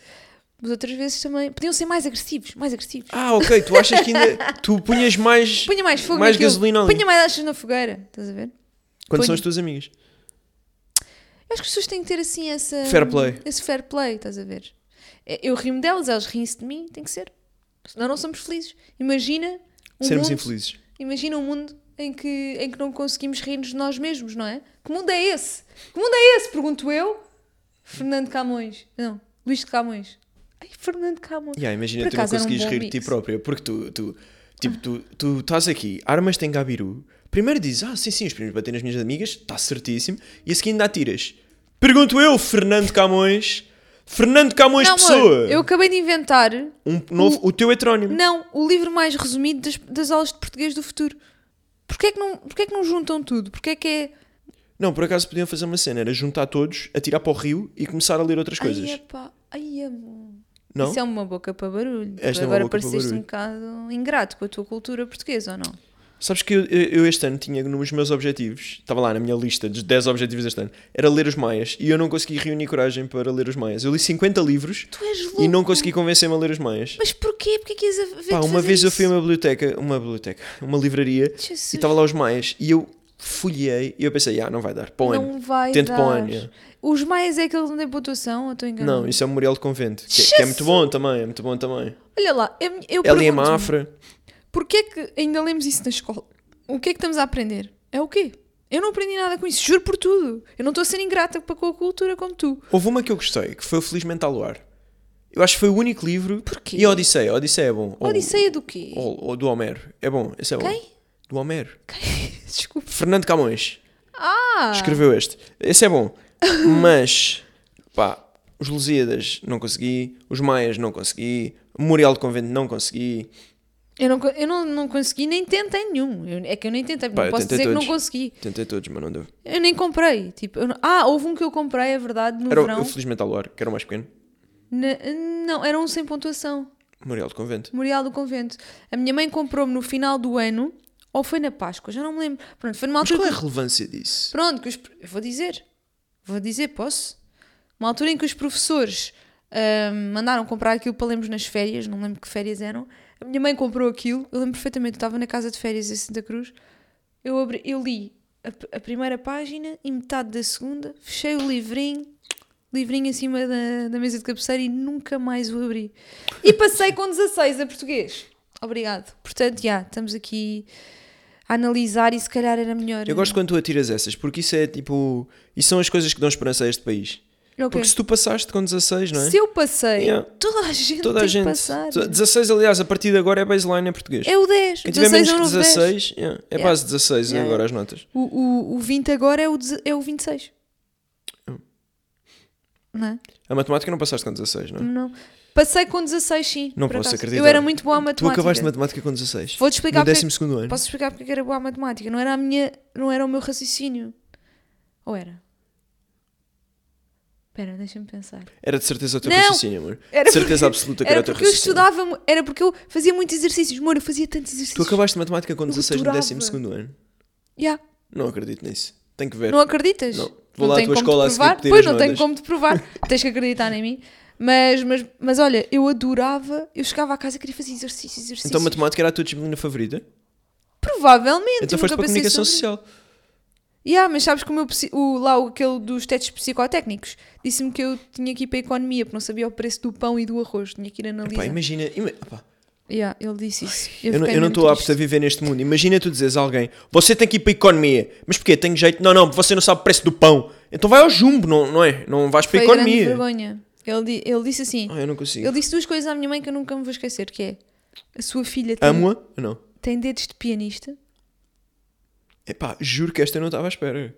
Mas outras vezes também podiam ser mais agressivos, mais agressivos.
Ah, ok, tu achas que ainda. tu punhas mais.
Punha mais fogo
mais
naquilo.
gasolina ali.
Punha mais achas na fogueira, estás a ver?
Quando são
punha.
as tuas amigas.
Eu acho que as pessoas têm que ter assim essa,
Fair play.
esse fair play, estás a ver? É, Eu rimo delas, elas riem-se de mim, tem que ser. Senão não somos felizes. Imagina um
Sermos
mundo
infelizes.
Imagina um mundo em que, em que não conseguimos rir-nos de nós mesmos, não é? Que mundo é esse? Que mundo é esse? Pergunto eu. Fernando Camões. Não, Luís de Camões. Ai, Fernando Camões.
Yeah, imagina
Por
tu não
acaso era um
conseguires
bom
rir de ti
mix.
própria, porque tu, tu, tipo, tu, tu estás aqui, armas tem Gabiru, primeiro dizes, ah, sim, sim, os primeiros bater nas minhas amigas, está certíssimo, e a seguir ainda atiras. Pergunto eu, Fernando Camões, Fernando Camões
Não,
Pessoa, Hum?
amor, eu acabei de inventar,
um novo, o teu heterónimo.
não, o livro mais resumido das, das aulas de português do futuro. Porquê é que não, porquê é que não juntam tudo? Porquê é que é...
Não, por acaso podiam fazer uma cena, era juntar todos, atirar para o rio e começar a ler outras coisas.
Ai, epá, ai, amor.
Não?
Isso é uma boca para barulho.
Esta é uma
Agora
boca para
pareceste um bocado ingrato com a tua cultura portuguesa, ou não?
Sabes que eu, eu- eu este ano tinha nos meus objetivos, estava lá na minha lista dos 10 objetivos deste ano, era ler os Maias, e eu não consegui reunir coragem para ler os Maias. Eu li 50 livros
Tu és louco.
e não consegui convencer-me a ler os Maias.
Mas porquê? Porquê é que ias a ver
Pá,
de
uma
fazer
vez eu
isso?
fui a uma biblioteca, uma biblioteca, uma livraria,
Jesus.
e estava lá os Maias, e eu folhei, e eu pensei, ah, não vai dar, para o ano.
Não vai
Tento
dar.
para o ano. yeah.
Os maias é que eles não têm pontuação, ou estou enganada?
Não, isso é o Memorial de Convento, que, que é muito bom também, é muito bom também.
Olha lá, eu, eu
Ela e
pergunto-me,
a Mafra,
porquê é que ainda lemos isso na escola? O que é que estamos a aprender? É o quê? Eu não aprendi nada com isso, juro por tudo. Eu não estou a ser ingrata para com a cultura como tu.
houve uma que eu gostei, que foi o Feliz Mental Luar. Eu acho que foi o único livro.
Porquê?
E a Odisseia, a Odisseia é bom. Ou-
Odisseia do quê?
Ou, ou do Homero. É bom, esse é bom.
Quem?
Do Homero.
Quem? Desculpa.
Fernando Camões
Ah!
escreveu este. Esse é bom. Mas, pá, os Lusíadas não consegui, os Maias não consegui, o Memorial do Convento não consegui.
Eu, não, co- eu não, não consegui, nem tentei nenhum. Eu- é que eu nem tentei,
Pá,
não
eu
posso
tentei
dizer que
todos.
não consegui.
Tentei todos, mas não deu.
Eu nem comprei. Tipo, eu não- Ah, houve um que eu comprei, é verdade, no
Era
verão.
o Felizmente ao Ar, que era o mais pequeno.
Na- não, era um sem pontuação.
Memorial do Convento.
Memorial do Convento. A minha mãe comprou-me no final do ano, ou foi na Páscoa, já não me lembro. Pronto, foi numa
Mas
altura.
qual é a
que-
relevância disso?
Pronto, que os... eu vou dizer. Vou dizer, posso? Uma altura em que os professores ahm, mandaram comprar aquilo para lermos nas férias, não me lembro que férias eram. A minha mãe comprou aquilo, eu lembro perfeitamente, eu estava na casa de férias em Santa Cruz. Eu, abri... eu li a, a primeira página e metade da segunda, fechei o livrinho, livrinho acima da, da mesa de cabeceira e nunca mais o abri. E passei com 16 a português. Obrigado. Portanto, já, estamos aqui a analisar e se calhar era melhor.
Eu gosto quando tu atiras essas, porque isso é tipo. Isso são as coisas que dão esperança a este país.
eh, Ok.
Porque se tu passaste com 16, não é?
Se eu passei,
Yeah.
toda a gente
Toda
tem
a
que
gente.
passar.
to- 16, aliás, a partir de agora é baseline em português.
É o 10.
Quem tiver
16
menos
é o
que
novo 10.
16, yeah, é
Yeah.
base 16
Yeah,
agora as notas.
O, o, o 20 agora é o, deze- é o 26.
Oh.
Não é?
A matemática não passaste com 16, não é?
Não. Passei com 16, sim.
Não
por
posso
acaso.
acreditar.
Eu era muito boa à
Tu
matemática.
acabaste matemática com 16.
Vou-te explicar
No
porque, é
12 ano.
posso explicar porque é que era boa à matemática. Não era, a minha, não era o meu raciocínio. Ou era? Espera, deixa-me pensar.
Era de certeza o teu
Não!
raciocínio, amor.
Era
de certeza
porque-
absoluta que era,
Era
o teu
porque eu
raciocínio.
estudava, mu- era porque eu fazia muitos exercícios. Moro, eu fazia tantos
Tu
exercícios.
acabaste matemática com 16 no
adorava.
12 ano.
Yeah.
Não acredito nisso. Tenho que ver.
Não acreditas?
Não. Vou lá à
tenho como
tua
te
escola a seguir
provar.
pedir
Pois
as
não tenho
notas.
como te provar. Tens que acreditar em mim. Mas, mas, mas olha, eu adorava. Eu chegava à casa e queria fazer exercícios, exercícios.
Então matemática era a tua disciplina favorita?
Provavelmente.
Então
eu
foste
nunca
para a
pensei
comunicação
sobre-
social.
Yeah, mas sabes como eu, o, lá o- aquele dos testes psicotécnicos disse-me que eu tinha que ir para a economia porque não sabia o preço do pão e do arroz, tinha que ir analisar.
Pá, imagina. ima- pá,
Yeah, ele disse isso.
eu,
fiquei
não, eu não
mesmo
estou apto
triste.
a viver neste mundo. Imagina tu dizes a alguém: Você tem que ir para a economia. Mas porquê? Tenho jeito? Não, não, você não sabe o preço do pão. Então vai ao jumbo, não, não é? Não vais para a
Foi grande
economia.
vergonha. Ele, di- ele disse assim:
Ah, eu não consigo.
ele disse duas coisas à minha mãe que eu nunca me vou esquecer: que é a sua filha tem,
Amo-a? Não.
tem dedos de pianista.
Epá, juro que esta eu não estava à espera.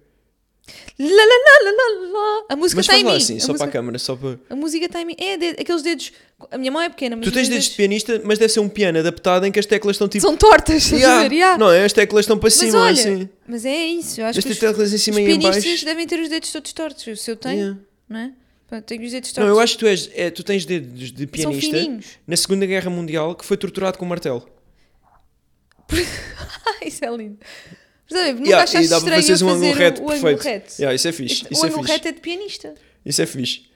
Lá, lá, lá, lá, lá, lá. A música
Mas
está
faz
em mim.
lá assim,
a,
só para
música,
a câmara, só para.
a música está em mim. É, de- aqueles dedos. A minha mão é pequena, mas
Tu
os
tens
meus
dedos de pianista, mas deve ser um piano adaptado em que as teclas estão tipo.
são tortas. estás a
Yeah.
ver? Yeah.
Não, as teclas estão para
Mas
cima,
olha,
assim.
mas é isso. Eu acho
As
que os,
teclas em
os
cima e em
pianistas
baixo.
devem ter os dedos todos tortos. O seu tem,
Yeah.
não é? Pronto, tenho os dedos
Não,
tortos.
eu acho que tu és. é, tu tens dedos de
São
pianista
fininhos.
na Segunda Guerra Mundial que foi torturado com um martelo.
Ah, isso é lindo. Mas, sabe, nunca
Yeah,
achaste
e dá para
estranho
fazeres
eu
um
fazer
ângulo
o-
reto
o ângulo
perfeito.
reto.
Yeah, isso é fixe.
Este-
isso
o
é
ângulo
fixe.
reto é de pianista.
Isso é fixe.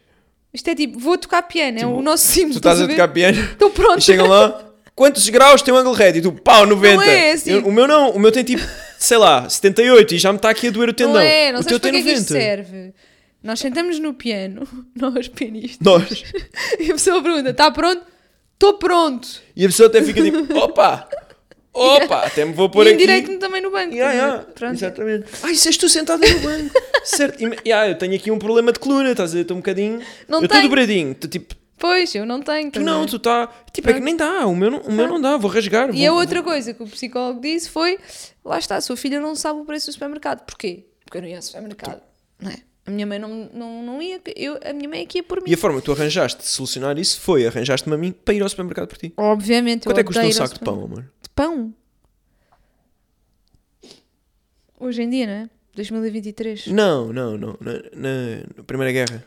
Isto é tipo, vou tocar piano, é o nosso símbolo.
Então, Tu estás a
ver?
tocar piano
Então
e
pronto.
chegam lá. Quantos graus tem o ângulo reto? E tu, pau, 90.
Não é assim.
Eu- o meu não, o meu tem tipo, sei lá, 78 e já me está aqui a doer o tendão.
Não é, não
o
sabes
teu
para
tem
que é que
90.
isto serve. Nós sentamos no piano, nós pianistas,
Nós.
e a pessoa pergunta, está pronto? Estou pronto.
E a pessoa até fica tipo, opa, opa, até me vou pôr
e
aqui.
endireito-me também no banco.
Yeah,
estás a ver?
yeah,
Pronto.
Exatamente. Ah, isso és tu sentado no banco. certo. Ima- Yeah, eu tenho aqui um problema de coluna, estás a ver? Estou um bocadinho.
Não
eu estou
tenho.
dobradinho. Tu tipo,
Pois, eu não tenho
tu
também.
não, tu está. Tipo, é que nem dá. O meu não, o meu não dá, vou rasgar.
E a
vou-
outra coisa que o psicólogo disse foi, lá está, a sua filha não sabe o preço do supermercado. Porquê? Porque eu não ia ao supermercado. Não é? A minha mãe não, não, não ia, eu, a minha mãe é que ia por mim.
E a forma que tu arranjaste de solucionar isso foi arranjaste-me a mim para ir ao supermercado por ti.
Obviamente,
Quanto
eu
é que custa um
odeio ir ao
saco de pão, amor?
De pão? Hoje em dia, não é? 2023.
Não, não, não. Na, na- na Primeira Guerra.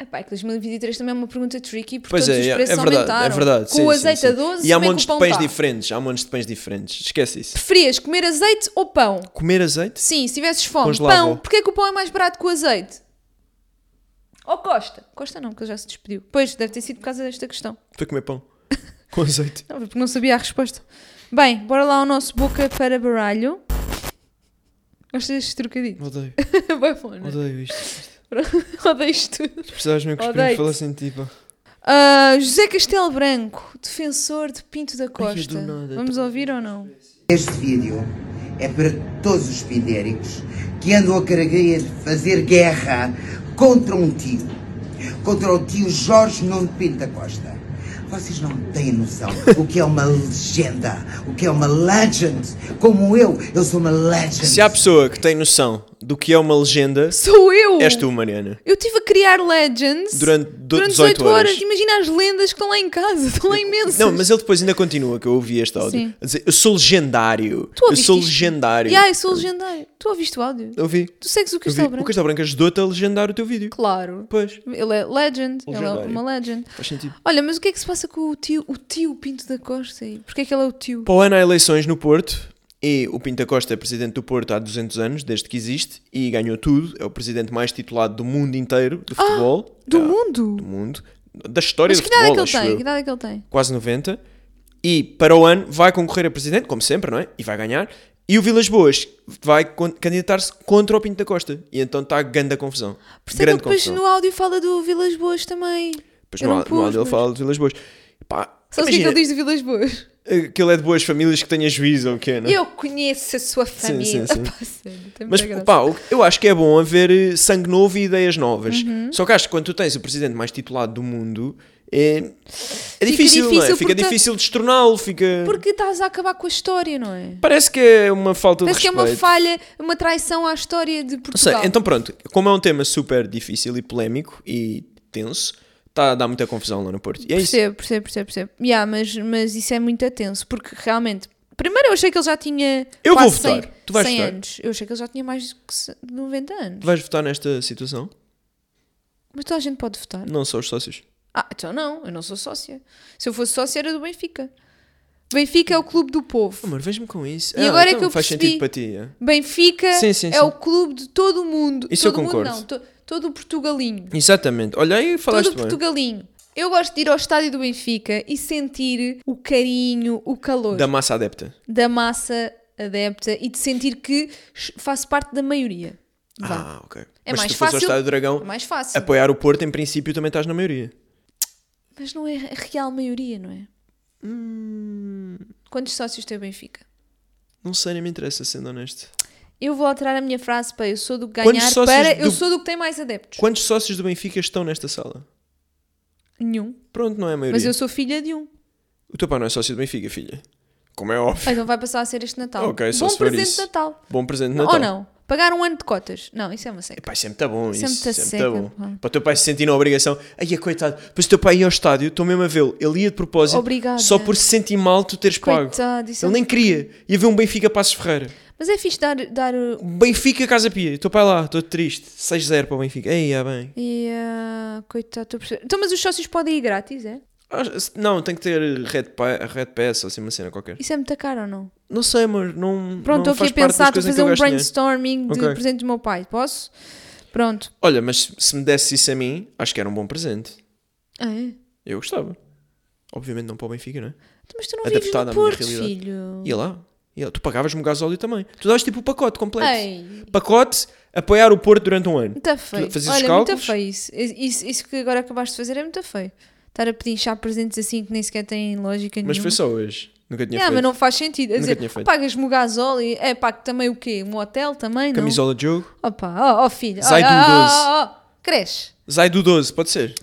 Epá, é que 2023 também é uma pergunta tricky porque
Pois
todos
é,
os
é, é
preços
verdade, é
aumentaram.
verdade.
Com
sim,
o
sim,
azeite
sim.
a 12,
E há
como é que
montes
o
de
pão
pães
tá?
diferentes. Há montes de pães diferentes. Esquece isso.
Preferias comer azeite ou pão?
Comer azeite?
Sim, se tivesses fome.
Congelava.
Pão, porquê é que o pão é mais barato que o azeite? Ou Costa? Costa não, porque ele já se despediu. Pois, deve ter sido por causa desta questão.
Foi comer pão. Com azeite.
Não, porque não sabia a resposta. Bem, bora lá ao nosso boca para baralho. Gostas deste trocadinho?
Odeio.
Bem bom, não é?
Odeio isto.
Odeio isto tudo.
Se precisares mesmo que os primos assim, tipo,
Odeio-te.
falassem de ti, pá.
Ah, José Castelo Branco, defensor de Pinto da Costa.
do nada,
Vamos ouvir ou não?
Este vídeo é para todos os pidéricos que andam a querer fazer guerra contra um tio. Contra o tio Jorge Nuno Pinto da Costa. Vocês não têm noção o que é uma legenda, o que é uma legend. Como eu, eu sou uma legend.
Se há pessoa que tem noção do que é uma legenda,
Sou eu!
és tu, Mariana.
Eu estive a criar legends
Durante do-
18,
18
horas.
horas.
Imagina as lendas que estão lá em casa, estão lá imensas.
Não, mas ele depois ainda continua, que eu ouvi este áudio.
Sim.
A dizer, eu sou legendário.
Tu
eu
ouviste
sou
isto?
legendário.
Yeah, eu sou legendário. Tu ouviste o áudio?
Eu ouvi.
Tu segues o é
Eu vi.
Castelo
O
Branco?
Castelo Branco ajudou-te a legendar o teu vídeo.
Claro.
Pois.
Ele é legend, ele é
Legendário.
uma legend.
Faz sentido.
Olha, mas o que é que se passa com o tio, o tio Pinto da Costa aí? Porquê é que ele é o tio?
Para o ano há eleições no Porto e o Pinta Costa é presidente do Porto há 200 anos, desde que existe, e ganhou tudo. É o presidente mais titulado do mundo inteiro de futebol.
Do
Ah,
mundo?
Do mundo. Da história
Mas que
do
idade é
futebol,
que ele
acho
tem?
eu.
Que idade é que ele tem?
quase 90, e para o ano vai concorrer a presidente, como sempre, não é? E vai ganhar. E o Vilas Boas vai con- candidatar-se contra o Pinto da Costa. E então está a grande confusão.
Por isso é que ele
grande
depois no áudio fala do Vilas Boas também.
Pois
Eu
não,
não
há- não há
pus,
onde ele
mas-
fala de Vilas Boas. Pá,
Sabes o que é que
imagina,
ele diz de Vilas Boas?
que ele é de boas famílias que tenha juízo ou o quê, não é?
Eu conheço a sua família.
sim, sim.
Pá, é sério, tem
Mas
muita graça.
pá, o- eu acho que é bom haver eh, sangue novo e ideias novas.
Uhum.
Só que acho que quando tu tens o presidente mais titulado do mundo, é, é difícil, não é?
difícil
Fica
porque-
difícil destroná-lo, fica.
Porque estás a acabar com a história, não é?
Parece que é uma falta
Parece
de
que é
respeito.
uma falha, uma traição à história de
Não sei,
Portugal.
então pronto, como é um tema super difícil e polémico e tenso, está a dar muita confusão lá no Porto. E é isso.
Percebo, percebo, percebo, percebo. Yeah, mas, mas isso é muito tenso, porque realmente. Primeiro eu achei que ele já tinha.
Eu vou
quase
votar.
100,
Tu vais
100
votar?
anos. Eu achei que ele já tinha mais que se- de 90 anos.
Tu vais votar nesta situação?
Mas toda a gente pode votar.
Não só os sócios.
Ah, então não, eu não sou sócia. Se eu fosse sócia era do Benfica. Benfica é o clube do
Oh,
povo.
mano, vejo-me com isso.
E agora é
então
que eu
faz
percebi.
sentido para ti. é?
Benfica
Sim, sim,
é
sim.
o clube de todo o mundo.
Isso eu
todo o mundo
concordo.
não, to- todo o Portugalinho.
Exatamente. Olha aí, falaste
todo
bem.
Portugalinho. Eu gosto de ir ao estádio do Benfica e sentir o carinho, o calor
Da
da,
massa adepta.
massa adepta e de sentir que ch- faço parte da maioria. Vá.
Ah, ok.
É
Mas
mais
se tu fores
fácil.
ao Estádio do Dragão,
é mais fácil.
apoiar o Porto, em princípio, também estás na maioria.
Mas não é a real maioria, não é?
Hum.
Quantos sócios tem o Benfica?
Não sei, nem me interessa, sendo honesto.
Eu vou alterar a minha frase para eu sou do que
Quantos
ganhar
sócios
para eu
do-
sou do que tem mais adeptos.
Quantos sócios do Benfica estão nesta sala?
Nenhum.
Pronto, não é a maioria.
Mas eu sou filha de um.
O teu pai não é sócio do Benfica, filha. Como é óbvio.
Ah, Então vai passar a ser este Natal.
Ok, só
Bom
se for
presente de
isso.
Natal.
Bom presente de Natal.
Ou Oh, não. Pagar um ano de cotas. Não, isso é uma seca.
Pai, sempre está bom
Sempre
isso.
tá
sempre
seca,
está bom.
pá.
Para o teu pai se sentir na obrigação. Ai, é coitado. Pois o teu pai ia ao estádio, estou mesmo a vê-lo. Ele ia de propósito.
Obrigada.
Só por se sentir mal tu teres pago.
Coitado, isso é
Ele nem queria. Ia ver um Benfica Passos Ferreira. Um
Mas é fixe dar. dar uh,
Benfica Casa Pia. O teu pai lá, estou triste. 6-0 para o Benfica. Aí, é bem.
e, uh, coitado, estou a perceber. Então, mas os sócios podem ir grátis, é?
Ah, se- Não, tem que ter Red, pa- red Pass ou assim uma cena qualquer.
Isso é muito caro ou não?
Não sei, mas não.
Pronto,
não
estou aqui
faz
a
parte das
pensar, estou a
coisas em que
fazer
eu
um
gasto dinheiro.
brainstorming de
Ok.
presente do meu pai. Posso? Pronto.
Olha, mas se- se me desse isso a mim, acho que era um bom presente.
Ah, é? Então, Eu-
Eu gostava. Obviamente não para o Benfica, não é?
Então, Mas tu não vives
Adaptado
no
à minha
Porto,
realidade.
filho.
Ia lá. Ia lá. Tu pagavas-me o gasóleo também. Tu davas tipo o pacote completo.
Ei.
Pacote, apoiar o Porto durante um ano.
Muito feio.
Tu fazias os
Olha, muito
cálculos?
feio isso. isso. Isso que agora acabaste de fazer é muito feio. Estar a pedinchar presentes assim que nem sequer têm lógica
Mas
nenhuma.
foi só hoje. Nunca tinha
Yeah,
feito.
mas não faz sentido. A
Nunca
dizer,
tinha feito.
pagas-me o gasóleo, é pá, que também o quê? Um hotel também, não?
Camisola de jogo.
Opa, ó, ó filho, ó,
Zaidu
ó, ó, ó, ó, cresce.
Zai do 12, pode ser.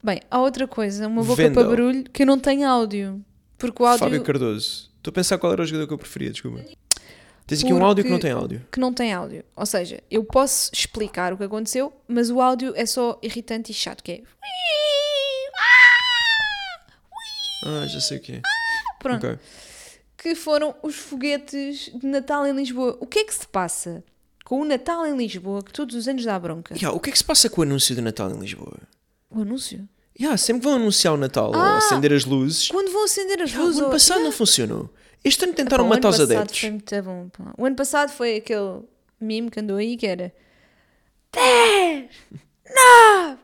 Bem, há outra coisa, uma boca
Venda-o.
para barulho que eu não tenho áudio. Porque o áudio
Fábio Cardoso. Estou a pensar qual era o jogador que eu preferia, desculpa. Tens aqui um
Porque-
áudio que não tem áudio.
que não tem áudio. Ou seja, eu posso explicar o que aconteceu, mas o áudio é só irritante e chato, que é.
Ah, já sei o que é.
Pronto.
Ok.
Que foram os foguetes de Natal em Lisboa. O que é que se passa com o Natal em Lisboa que todos os anos dá bronca?
Ya, o que é que se passa com o anúncio do Natal em Lisboa?
O anúncio?
Ya, sempre vão anunciar o Natal ou
Ah!
acender as luzes.
Quando vão acender as
Ya,
luzes?
o ano
ou-
passado não funcionou. Este ano
Pá,
tentaram
o
matar
ano
os
passado
adeptos.
Foi muito bom. pá. O ano passado foi aquele meme que andou aí que era 10, 9, não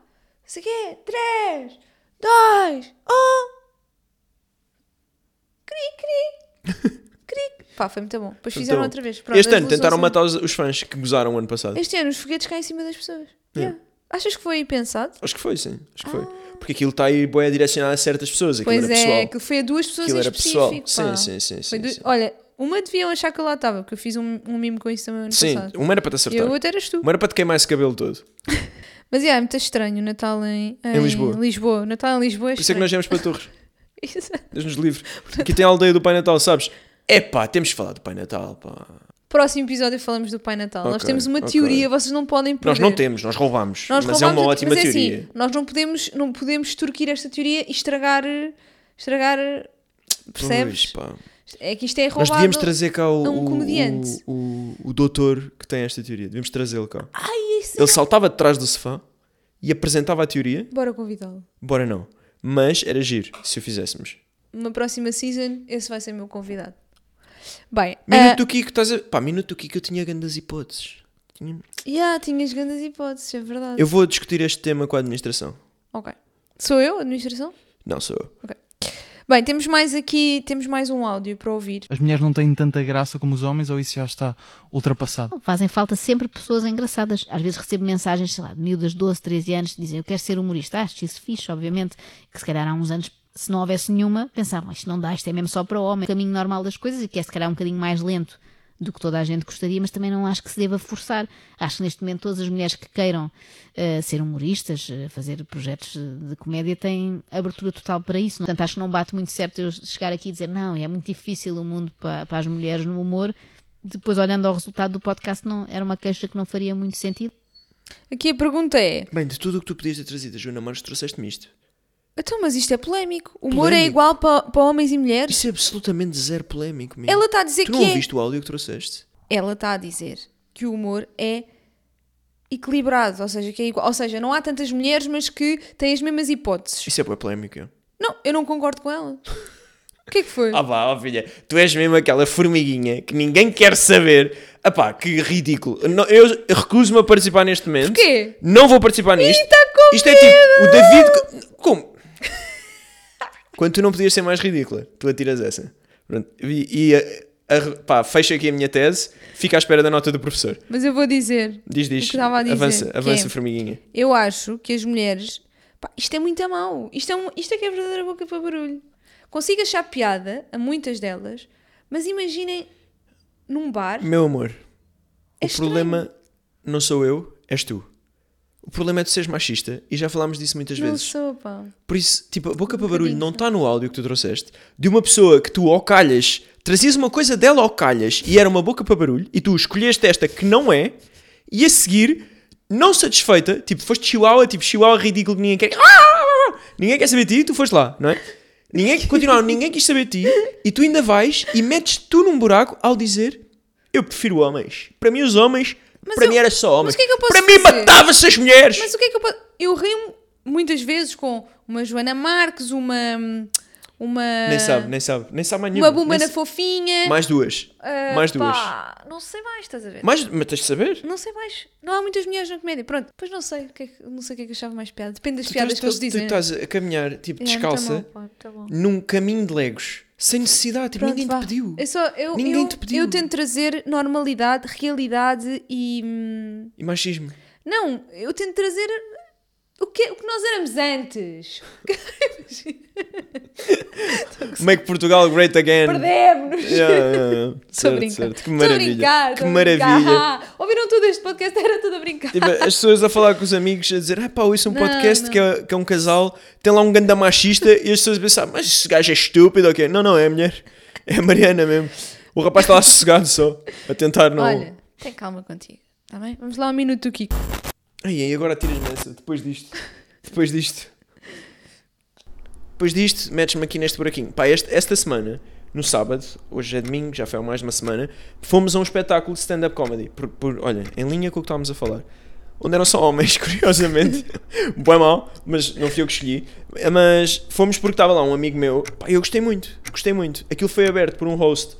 sei o quê, 3, 2, 1. Cri, cri, cri. Pá, foi muito bom. Depois fizeram
Então,
outra vez. Pronto, assim.
este
as
ano
luzes
tentaram
ao
matar os, os fãs que gozaram o ano
céu.
passado.
Este ano os foguetes caem em cima das pessoas.
É.
Yeah. Achas que foi pensado?
Acho que foi, sim. Acho que foi. Porque aquilo está aí boé direcionado a certas pessoas. Aquilo
Ah. Pois
era
é,
pessoal.
aquilo foi a duas pessoas
Aquilo
em
era pessoal.
específico. pá.
Sim, sim, sim.
Foi
sim,
du-
sim.
Olha, uma deviam achar que eu lá estava, porque eu fiz um, um mime com isso também no ano
Sim,
passado.
uma era para te
E a
acertar.
outra eras tu.
Uma era para te queimar esse cabelo todo. Por
Mas yeah, é muito estranho o Natal em, em,
Lisboa.
Lisboa. Natal em Lisboa é
isso é
estranho.
que nós viemos para Torres.
Isso-
Deus nos livre. Aqui tem a aldeia do Pai Natal, sabes? Epá, temos que falar do Pai Natal, pá.
Próximo episódio falamos do Pai Natal. nós
Ok,
temos uma
ok.
teoria, vocês não podem perder.
Nós não temos, nós roubamos.
Nós
mas é uma
roubámos a-
ótima
mas é assim,
teoria.
nós não podemos, não podemos turquir esta teoria e estragar. estragar percebes?
Pois, pá.
é que isto é roubado.
Nós devíamos trazer cá o,
a um
o-
comediante.
O, o, o doutor que tem esta teoria. Devíamos trazê-lo cá.
Ai, isso. é
Ele saltava de trás do sofá e apresentava a teoria.
Bora convidá-lo.
Bora não. Mas era giro se o fizéssemos.
Uma próxima season, esse vai ser meu convidado. Bem,
Minuto
ah,
do Kiko, estás a. Pá, minuto do Kiko eu tinha grandes hipóteses. Tinha-
yeah, tinhas grandes hipóteses, é verdade.
Eu vou discutir este tema com a administração.
Ok. Sou eu, administração?
Não sou eu.
Ok. Bem, temos mais aqui, temos mais um áudio para ouvir.
As mulheres não têm tanta graça como os homens ou isso já está ultrapassado?
Fazem falta sempre pessoas engraçadas. Às vezes recebo mensagens, sei lá, de miúdas de 12, 13 anos que dizem eu quero ser humorista. Acho isso fixe, obviamente, que se calhar há uns anos, se não houvesse nenhuma, pensavam isto não dá, isto é mesmo só para o homem. O caminho normal das coisas e que é se calhar um bocadinho mais lento do que toda a gente gostaria, mas também não acho que se deva forçar. Acho que neste momento todas as mulheres que queiram eh, ser humoristas, eh, fazer projetos eh, de comédia, têm abertura total para isso. Portanto, acho que não bate muito certo eu chegar aqui e dizer não, é muito difícil o mundo pa- para as mulheres no humor. Depois, olhando ao resultado do podcast, não, era uma queixa que não faria muito sentido.
Aqui a pergunta é:
Bem, de tudo o que tu podias ter trazido, a Joana Marques, trouxeste-me isto.
então, mas isto é polémico? O humor é
Polémico.
igual para, para homens e mulheres?
Isso é absolutamente zero polémico, mesmo.
Ela está a dizer que
Tu não
é.
ouviste o áudio que trouxeste?
ela está a dizer que o humor é equilibrado, ou seja, que é igual, ou seja, não há tantas mulheres, mas que têm as mesmas hipóteses.
Isso é bué polémico. é.
Não, eu não concordo com ela. O que é que foi?
Ah vá, ó filha, tu és mesmo aquela formiguinha que ninguém quer saber. Ah pá, que ridículo. Não, eu recuso-me a participar neste momento.
Porquê?
Não vou participar nisto.
tá com
Isto é tipo, o David... que- Como? Quando tu não podias ser mais ridícula, tu atiras essa. Pronto. E, e a- a- pá, fecho aqui a minha tese, fica à espera da nota do professor.
Mas eu vou dizer.
Diz,
O
diz,
que estava a dizer,
avança,
que
avança
é-
formiguinha.
Eu acho que as mulheres. Pá, isto é muito a mau. Isto é, um- isto é que é verdadeira boca para barulho. Consigo achar piada a muitas delas, mas imaginem num bar.
Meu amor,
É
o
estranho.
problema não sou eu, és tu. O problema é tu seres machista e já falámos disso muitas
Não
vezes.
sou, pá.
Por isso, tipo, a boca para barulho não está no áudio que tu trouxeste de uma pessoa que tu ao calhas, trazias uma coisa dela ao calhas e era uma boca para barulho e tu escolheste esta que não é e a seguir, não satisfeita, tipo, foste chihuahua, tipo, chihuahua ridículo que ninguém quer. "Ah!" Ninguém quer saber de ti, tu foste lá, não é? Ninguém continuava, ninguém quis saber de ti e tu ainda vais e metes tu num buraco ao dizer eu prefiro homens. Para mim, os homens,
Mas
para
eu-
mim era só
mas
homens.
o que é que eu posso
para mim,
fazer?
matava-se as mulheres.
Mas o que é que eu posso. Eu rimo muitas vezes com uma Joana Marques, uma. Uma.
Nem sabe, nem sabe, nem sabe mais nenhuma.
ah, Uma bomba na
Nem sa-
fofinha.
Mais duas.
Ah,
mais duas.
pá, não sei mais, estás a ver?
Mais, mas tens de saber.
Não sei mais. Não há muitas mulheres na comédia. Pronto, depois não sei. o que é que- não sei o que é que eu achava mais piada. Depende das
Tu
piadas
estás-
que eles
tu
dizem. né?
estás a caminhar, tipo,
É,
descalça,
muito bom, pá, muito bom.
num caminho de legos, sem necessidade, tipo,
Pronto,
ninguém
vá.
te pediu.
Eu só, eu,
Ninguém
eu,
te pediu.
Eu tento trazer normalidade, realidade e. hum,
E machismo.
Não, eu tento trazer o que, o que nós éramos antes.
Make Portugal great again.
Perdemos-nos.
Yeah, yeah, yeah.
Estou a
Certo,
brincar.
certo. Que
Estou a
maravilha.
brincar.
que
estou a
maravilha.
brincar. Ah, Ouviram tudo este podcast? Era tudo a brincar.
Tipo, as pessoas a falar com os amigos, a dizer, ah pá, isso é um
Não,
podcast
não.
Que, é, que é um casal, tem lá um ganda machista, e as pessoas pensam, "Ah, mas esse gajo é estúpido, ok? Não, não, é a mulher, é a Mariana mesmo. O rapaz está lá sossegado só, a tentar não...
Olha, tem calma contigo. Está bem? Vamos lá um minuto do Kiko.
Ai, ai, agora tiras-me essa, depois disto. Depois disto. Depois disto, metes-me aqui neste buraquinho. Pá, este- esta semana, no sábado, hoje é domingo, já foi há mais de uma semana, fomos a um espetáculo de stand-up comedy. Por, por- olha, em linha com o que estávamos a falar. Onde eram só homens, curiosamente. Bom mal, mas não fui eu que escolhi. Mas fomos porque estava lá um amigo meu. Pá, eu gostei muito, gostei muito. Aquilo foi aberto por um host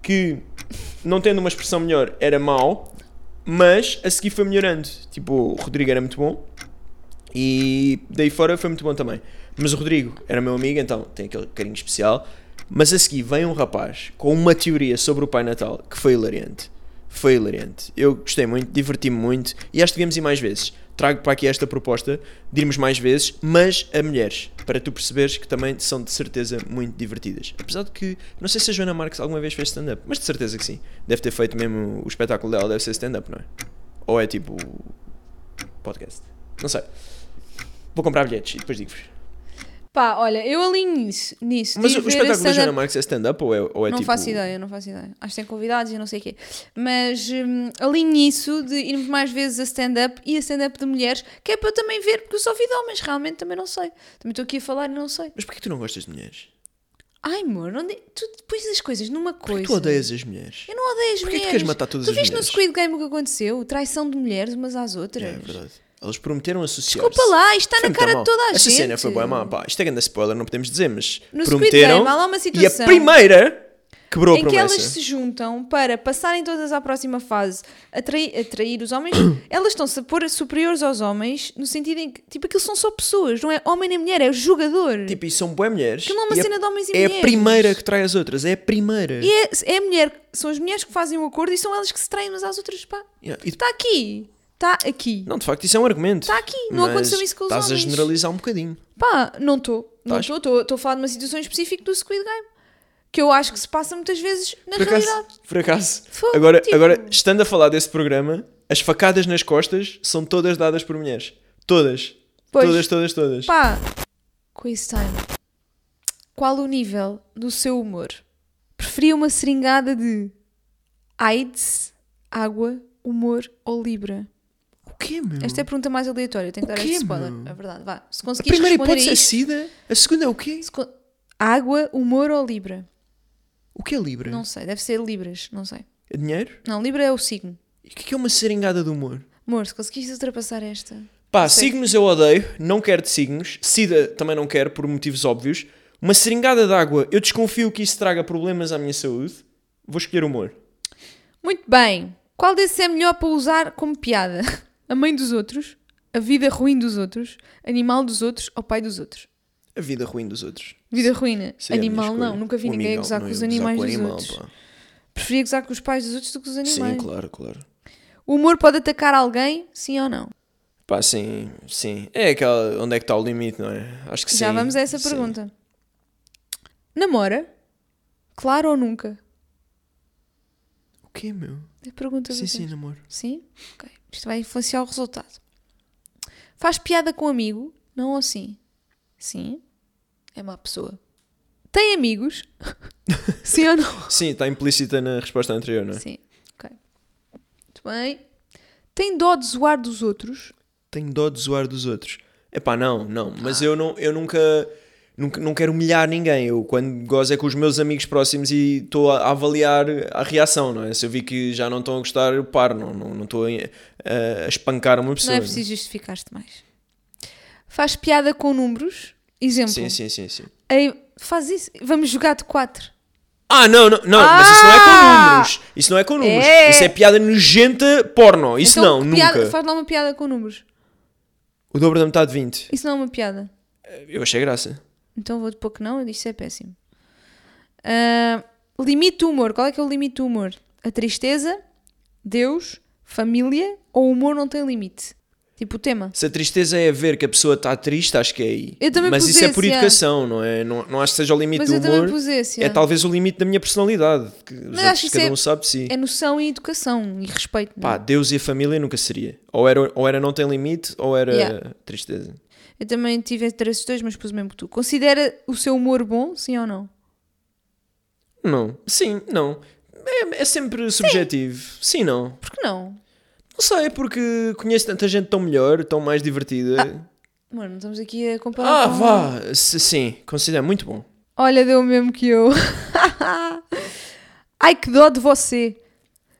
que, não tendo uma expressão melhor, era mau, mas a seguir foi melhorando. Tipo, o Rodrigo era muito bom e daí fora foi muito bom também. Mas o Rodrigo era meu amigo, então tem aquele carinho especial. Mas a seguir vem um rapaz com uma teoria sobre o Pai Natal que foi hilariante. Foi hilariante. Eu gostei muito, diverti-me muito e acho que devemos ir mais vezes. Trago para aqui esta proposta de irmos mais vezes, mas a mulheres, para tu perceberes que também são de certeza muito divertidas. Apesar de que, não sei se a Joana Marques alguma vez fez stand-up, mas de certeza que sim. Deve ter feito mesmo o espetáculo dela, deve ser stand-up, não é? Ou é tipo podcast? Não sei. Vou comprar bilhetes e depois digo-vos.
Pá, olha, eu alinho isso, nisso.
Mas
de ir
o o
ver
espetáculo da
stand-up.
Joana Marques é stand-up ou é, ou é
não
tipo.
faço ideia, não faço ideia. Acho que tem convidados e não sei o quê. Mas hum, alinho isso de irmos mais vezes a stand-up e a stand-up de mulheres, que é para eu também ver, porque eu só vi de homens, realmente também não sei. Também estou aqui a falar e não sei.
Mas porquê que tu não gostas de mulheres?
Ai, amor, onde... tu pões as coisas numa
Porquê
coisa.
que tu odeias as mulheres?
é. Eu não odeio as
Porquê que
mulheres.
tu queres matar todas
tu
as
viste
mulheres?
no Squid Game o que aconteceu? Traição de mulheres umas às outras.
É, é verdade. Eles prometeram associar.
Desculpa lá, isto está na cara de toda a
Essa
gente.
cena foi boa, má. Pá, isto é grande spoiler, não podemos dizer, mas
No Squid
prometeram.
Game, há lá uma
e a
situação-
primeira Quebrou a
em que
promessa.
elas se juntam para passarem todas à próxima fase, atrair, atrair os homens, elas estão-se a pôr superiores aos homens, no sentido em que, tipo, aquilo são só pessoas, não é homem nem mulher, é o jogador.
Tipo, e são boas mulheres.
Aquilo é uma
e
cena de homens e
É a
mulheres.
primeira que trai as outras, é a primeira.
E é, é a mulher, são as mulheres que fazem o acordo e são elas que se traem umas às outras. Pá,
Yeah, e-
está aqui, está aqui.
Não, de facto, isso é um argumento.
Está Tá aqui, não
Mas
aconteceu isso com os
estás
homens.
a generalizar um bocadinho.
Pá, não estou. Não
Tás-
estou. Estou a falar de uma situação específica do Squid Game. Que eu acho que se passa muitas vezes na
Por
realidade.
acaso, por acaso.
Fogo,
agora,
tipo-
agora, estando a falar desse programa, as facadas nas costas são todas dadas por mulheres. Todas.
Pois.
Todas, todas, todas.
Pá, quiz time. Qual o nível do seu humor? Preferia uma seringada de AIDS, água, humor ou Libra?
O quê, meu?
Esta é a pergunta mais aleatória. Tenho que
Hum. O
dar
quê,
este spoiler.
meu?
É verdade, vá. Se
a
conseguires
primeira
responder a
hipótese é
isto,
SIDA, a segunda é o quê?
se con- água, humor ou Libra?
O que é Libra?
Não sei, deve ser Libras, não sei.
É dinheiro?
Não, Libra é o signo.
E o que é que é uma seringada de humor?
Amor, se conseguiste ultrapassar esta.
Pá,
sei.
signos eu odeio, não quero de signos. SIDA também não quero, por motivos óbvios. Uma seringada de água, eu desconfio que isso traga problemas à minha saúde. Vou escolher humor.
Muito bem. Qual desses é melhor para usar como piada? A mãe dos outros? A vida ruim dos outros? Animal dos outros ou pai dos outros?
A vida ruim dos outros.
Vida ruína.
Seria é a minha
animal
escolha.
não. Nunca vi
Um
ninguém
amigão,
a gozar
não
com
ia
os animais
com
dos
animal,
outros.
pá.
Preferia gozar com os pais dos outros do que os animais.
Sim, claro, claro.
O humor pode atacar alguém? Sim ou não?
Pá, sim, sim. É aquela onde é que está o limite, não é? Acho que sim.
Já vamos a essa
sim.
pergunta. Namora? Claro ou nunca?
O quê, meu?
É a pergunta
Sim,
do
sim, namoro.
Sim? Ok. Isto vai influenciar o resultado. Faz piada com um amigo? Não ou sim? Sim. É má pessoa. Tem amigos? sim ou não?
Sim, está implícita na resposta anterior, não é?
Sim. Ok. Muito bem. Tem dó de zoar dos outros?
Tenho dó de zoar dos outros. Epá, não, não. Mas
Ah.
eu, não, eu nunca, nunca... Não quero humilhar ninguém. Eu, quando gozo, é com os meus amigos próximos e estou a, a avaliar a reação, não é? Se eu vi que já não estão a gostar, eu paro. Não estou não, não estou a, a- a espancar uma pessoa.
Não é preciso justificar-te mais. Faz piada com números? Exemplo.
Sim, sim, sim, sim.
Ei, faz isso. Vamos jogar de 4.
Ah, não, não, não, mas isso não é com números. Isso não é com números.
Ah! É.
Isso é piada nojenta porno. Isso não, nunca.
Faz lá uma Então, piada com números.
O dobro da metade de 20.
Isso não é uma piada.
Eu achei graça.
Então vou-te pôr que não, eu disse que é péssimo. Ah, limite do humor. Qual é que é o limite do humor? A tristeza, Deus, família ou o humor não tem limite? Tipo o tema.
Se a tristeza é ver que a pessoa está triste, acho que é aí.
Eu também
mas
pus
isso é
esse,
por
yeah.
educação, não é? Não, não acho que seja o limite
Mas
do
eu também
humor.
pus esse,
É
yeah.
talvez o limite da minha personalidade. Que os
Mas acho
outros,
que
cada
isso é-
um sabe de si.
É noção e educação e respeito. não é?
Pá, Deus e a família nunca seria. Ou era, ou era não tem limite, ou era
Yeah.
tristeza.
Eu também tive entre esses dois, mas pus o mesmo que tu. Considera o seu humor bom, sim ou não?
Não. Sim, não. É, é sempre subjetivo. Sim, não.
Porque não?
Não sei, porque conheço tanta gente tão melhor, tão mais divertida.
Mano, não estamos aqui a comparar.
Ah,
com-
vá! S- Sim, considero muito bom.
Olha, deu o mesmo que eu. Ai, que dó de você.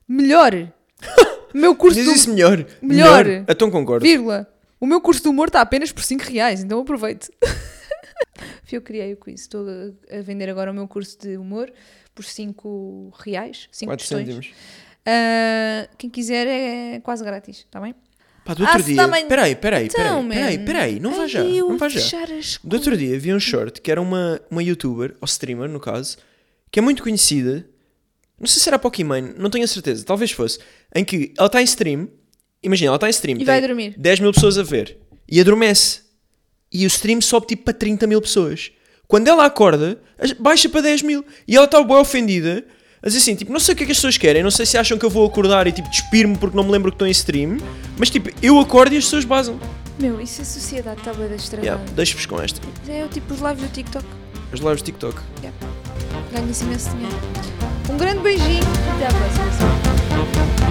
Melhor. Meu curso
Diz
do
isso melhor.
Melhor.
Então concordo.
Vírgula. O meu curso de humor está apenas por 5 reais, então aproveite. Fui Eu que criei o quiz. Estou a a vender agora o meu curso de humor por 5 reais. 5
quatro
questões.
cêntimos.
Ah, quem quiser é quase grátis, está bem?
Pá, do outro
Ah, se
dia.
também-
Peraí, peraí,
Então,
peraí,
man.
peraí, peraí, não vá
Ai,
já.
eu
Não vá
a
já.
fechar as
Do outro dia vi um short que era uma, uma youtuber, ou streamer no caso, que é muito conhecida. Não sei se era Pokémon, não tenho a certeza, talvez fosse. Em que ela está em stream, imagina, ela está em stream,
E vai
tem
dormir.
10 mil pessoas a ver e adormece. E o stream sobe tipo para 30 mil pessoas. Quando ela acorda, as- baixa para 10 mil. E ela está bem ofendida. Mas assim, tipo, não sei o que é que as pessoas querem, não sei se acham que eu vou acordar e tipo despir-me porque não me lembro que estou em stream, mas tipo, eu acordo e as pessoas basam.
Meu, isso é sociedade, está bem da estrada.
Yeah, deixo-vos com esta.
É o tipo os lives do TikTok.
As lives do TikTok.
Ganha-se imenso dinheiro. Um grande beijinho. Até à próxima. pessoal.